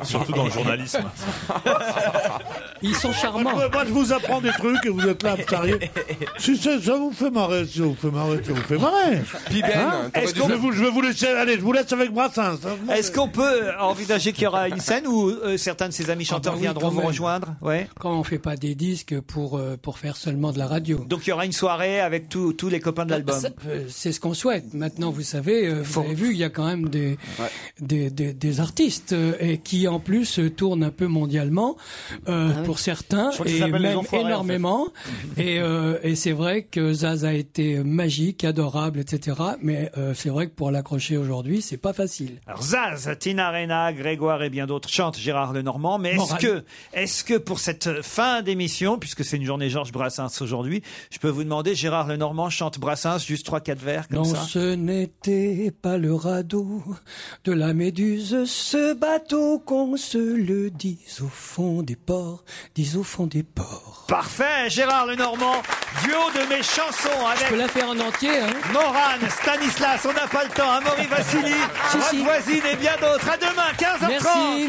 Surtout dans le journalisme. Ils sont charmants. Moi, moi, je vous apprends des trucs et vous êtes là à me charrier. Si c'est- ça vous fait marrer, si ça vous fait marrer, ça vous fait marrer. Hein Pibène, t'aurais Est-ce dû- qu'on- je, vais vous, je vais vous laisser, allez, je vous laisse avec Brassens. hein. Est-ce qu'on peut envisager qu'il y aura une scène où euh, certains de ses amis chanteurs Ah, bah oui, viendront quand vous même. rejoindre ouais. Quand on fait pas des disques pour, euh, pour faire seulement de la radio. Donc il y aura une soirée avec tous tous les copains de l'album. Ça, euh, C'est ce qu'on souhaite. Maintenant, vous savez, euh, vous avez vu, il y a quand même des, des, des- des artistes euh, et qui en plus euh, tournent un peu mondialement euh, pour certains Je crois que ça et s'appelle Les même Enfoirés, en fait. énormément. Et, euh, et c'est vrai que Zaz a été magique, adorable, etc. Mais euh, c'est vrai que pour l'accrocher aujourd'hui, c'est pas facile. Alors Zaz, Tina Arena, Grégoire et bien d'autres chantent Gérard Lenormand, mais est-ce Morane. que, est-ce que pour cette fin d'émission, puisque c'est une journée Georges Brassens aujourd'hui, je peux vous demander, Gérard Lenormand chante Brassens juste trois quatre vers comme non, ça ce n'était pas le radeau de la méduse, ce bateau qu'on se le dise au fond des ports, dise au fond des ports. Parfait, Gérard Lenormand, duo de mes chansons avec... Je peux la faire en entier, hein Morane, Stanislas, on n'a pas le temps, Amaury Vassili, Si, votre si. voisine et bien d'autres. À demain, 15h30 Merci,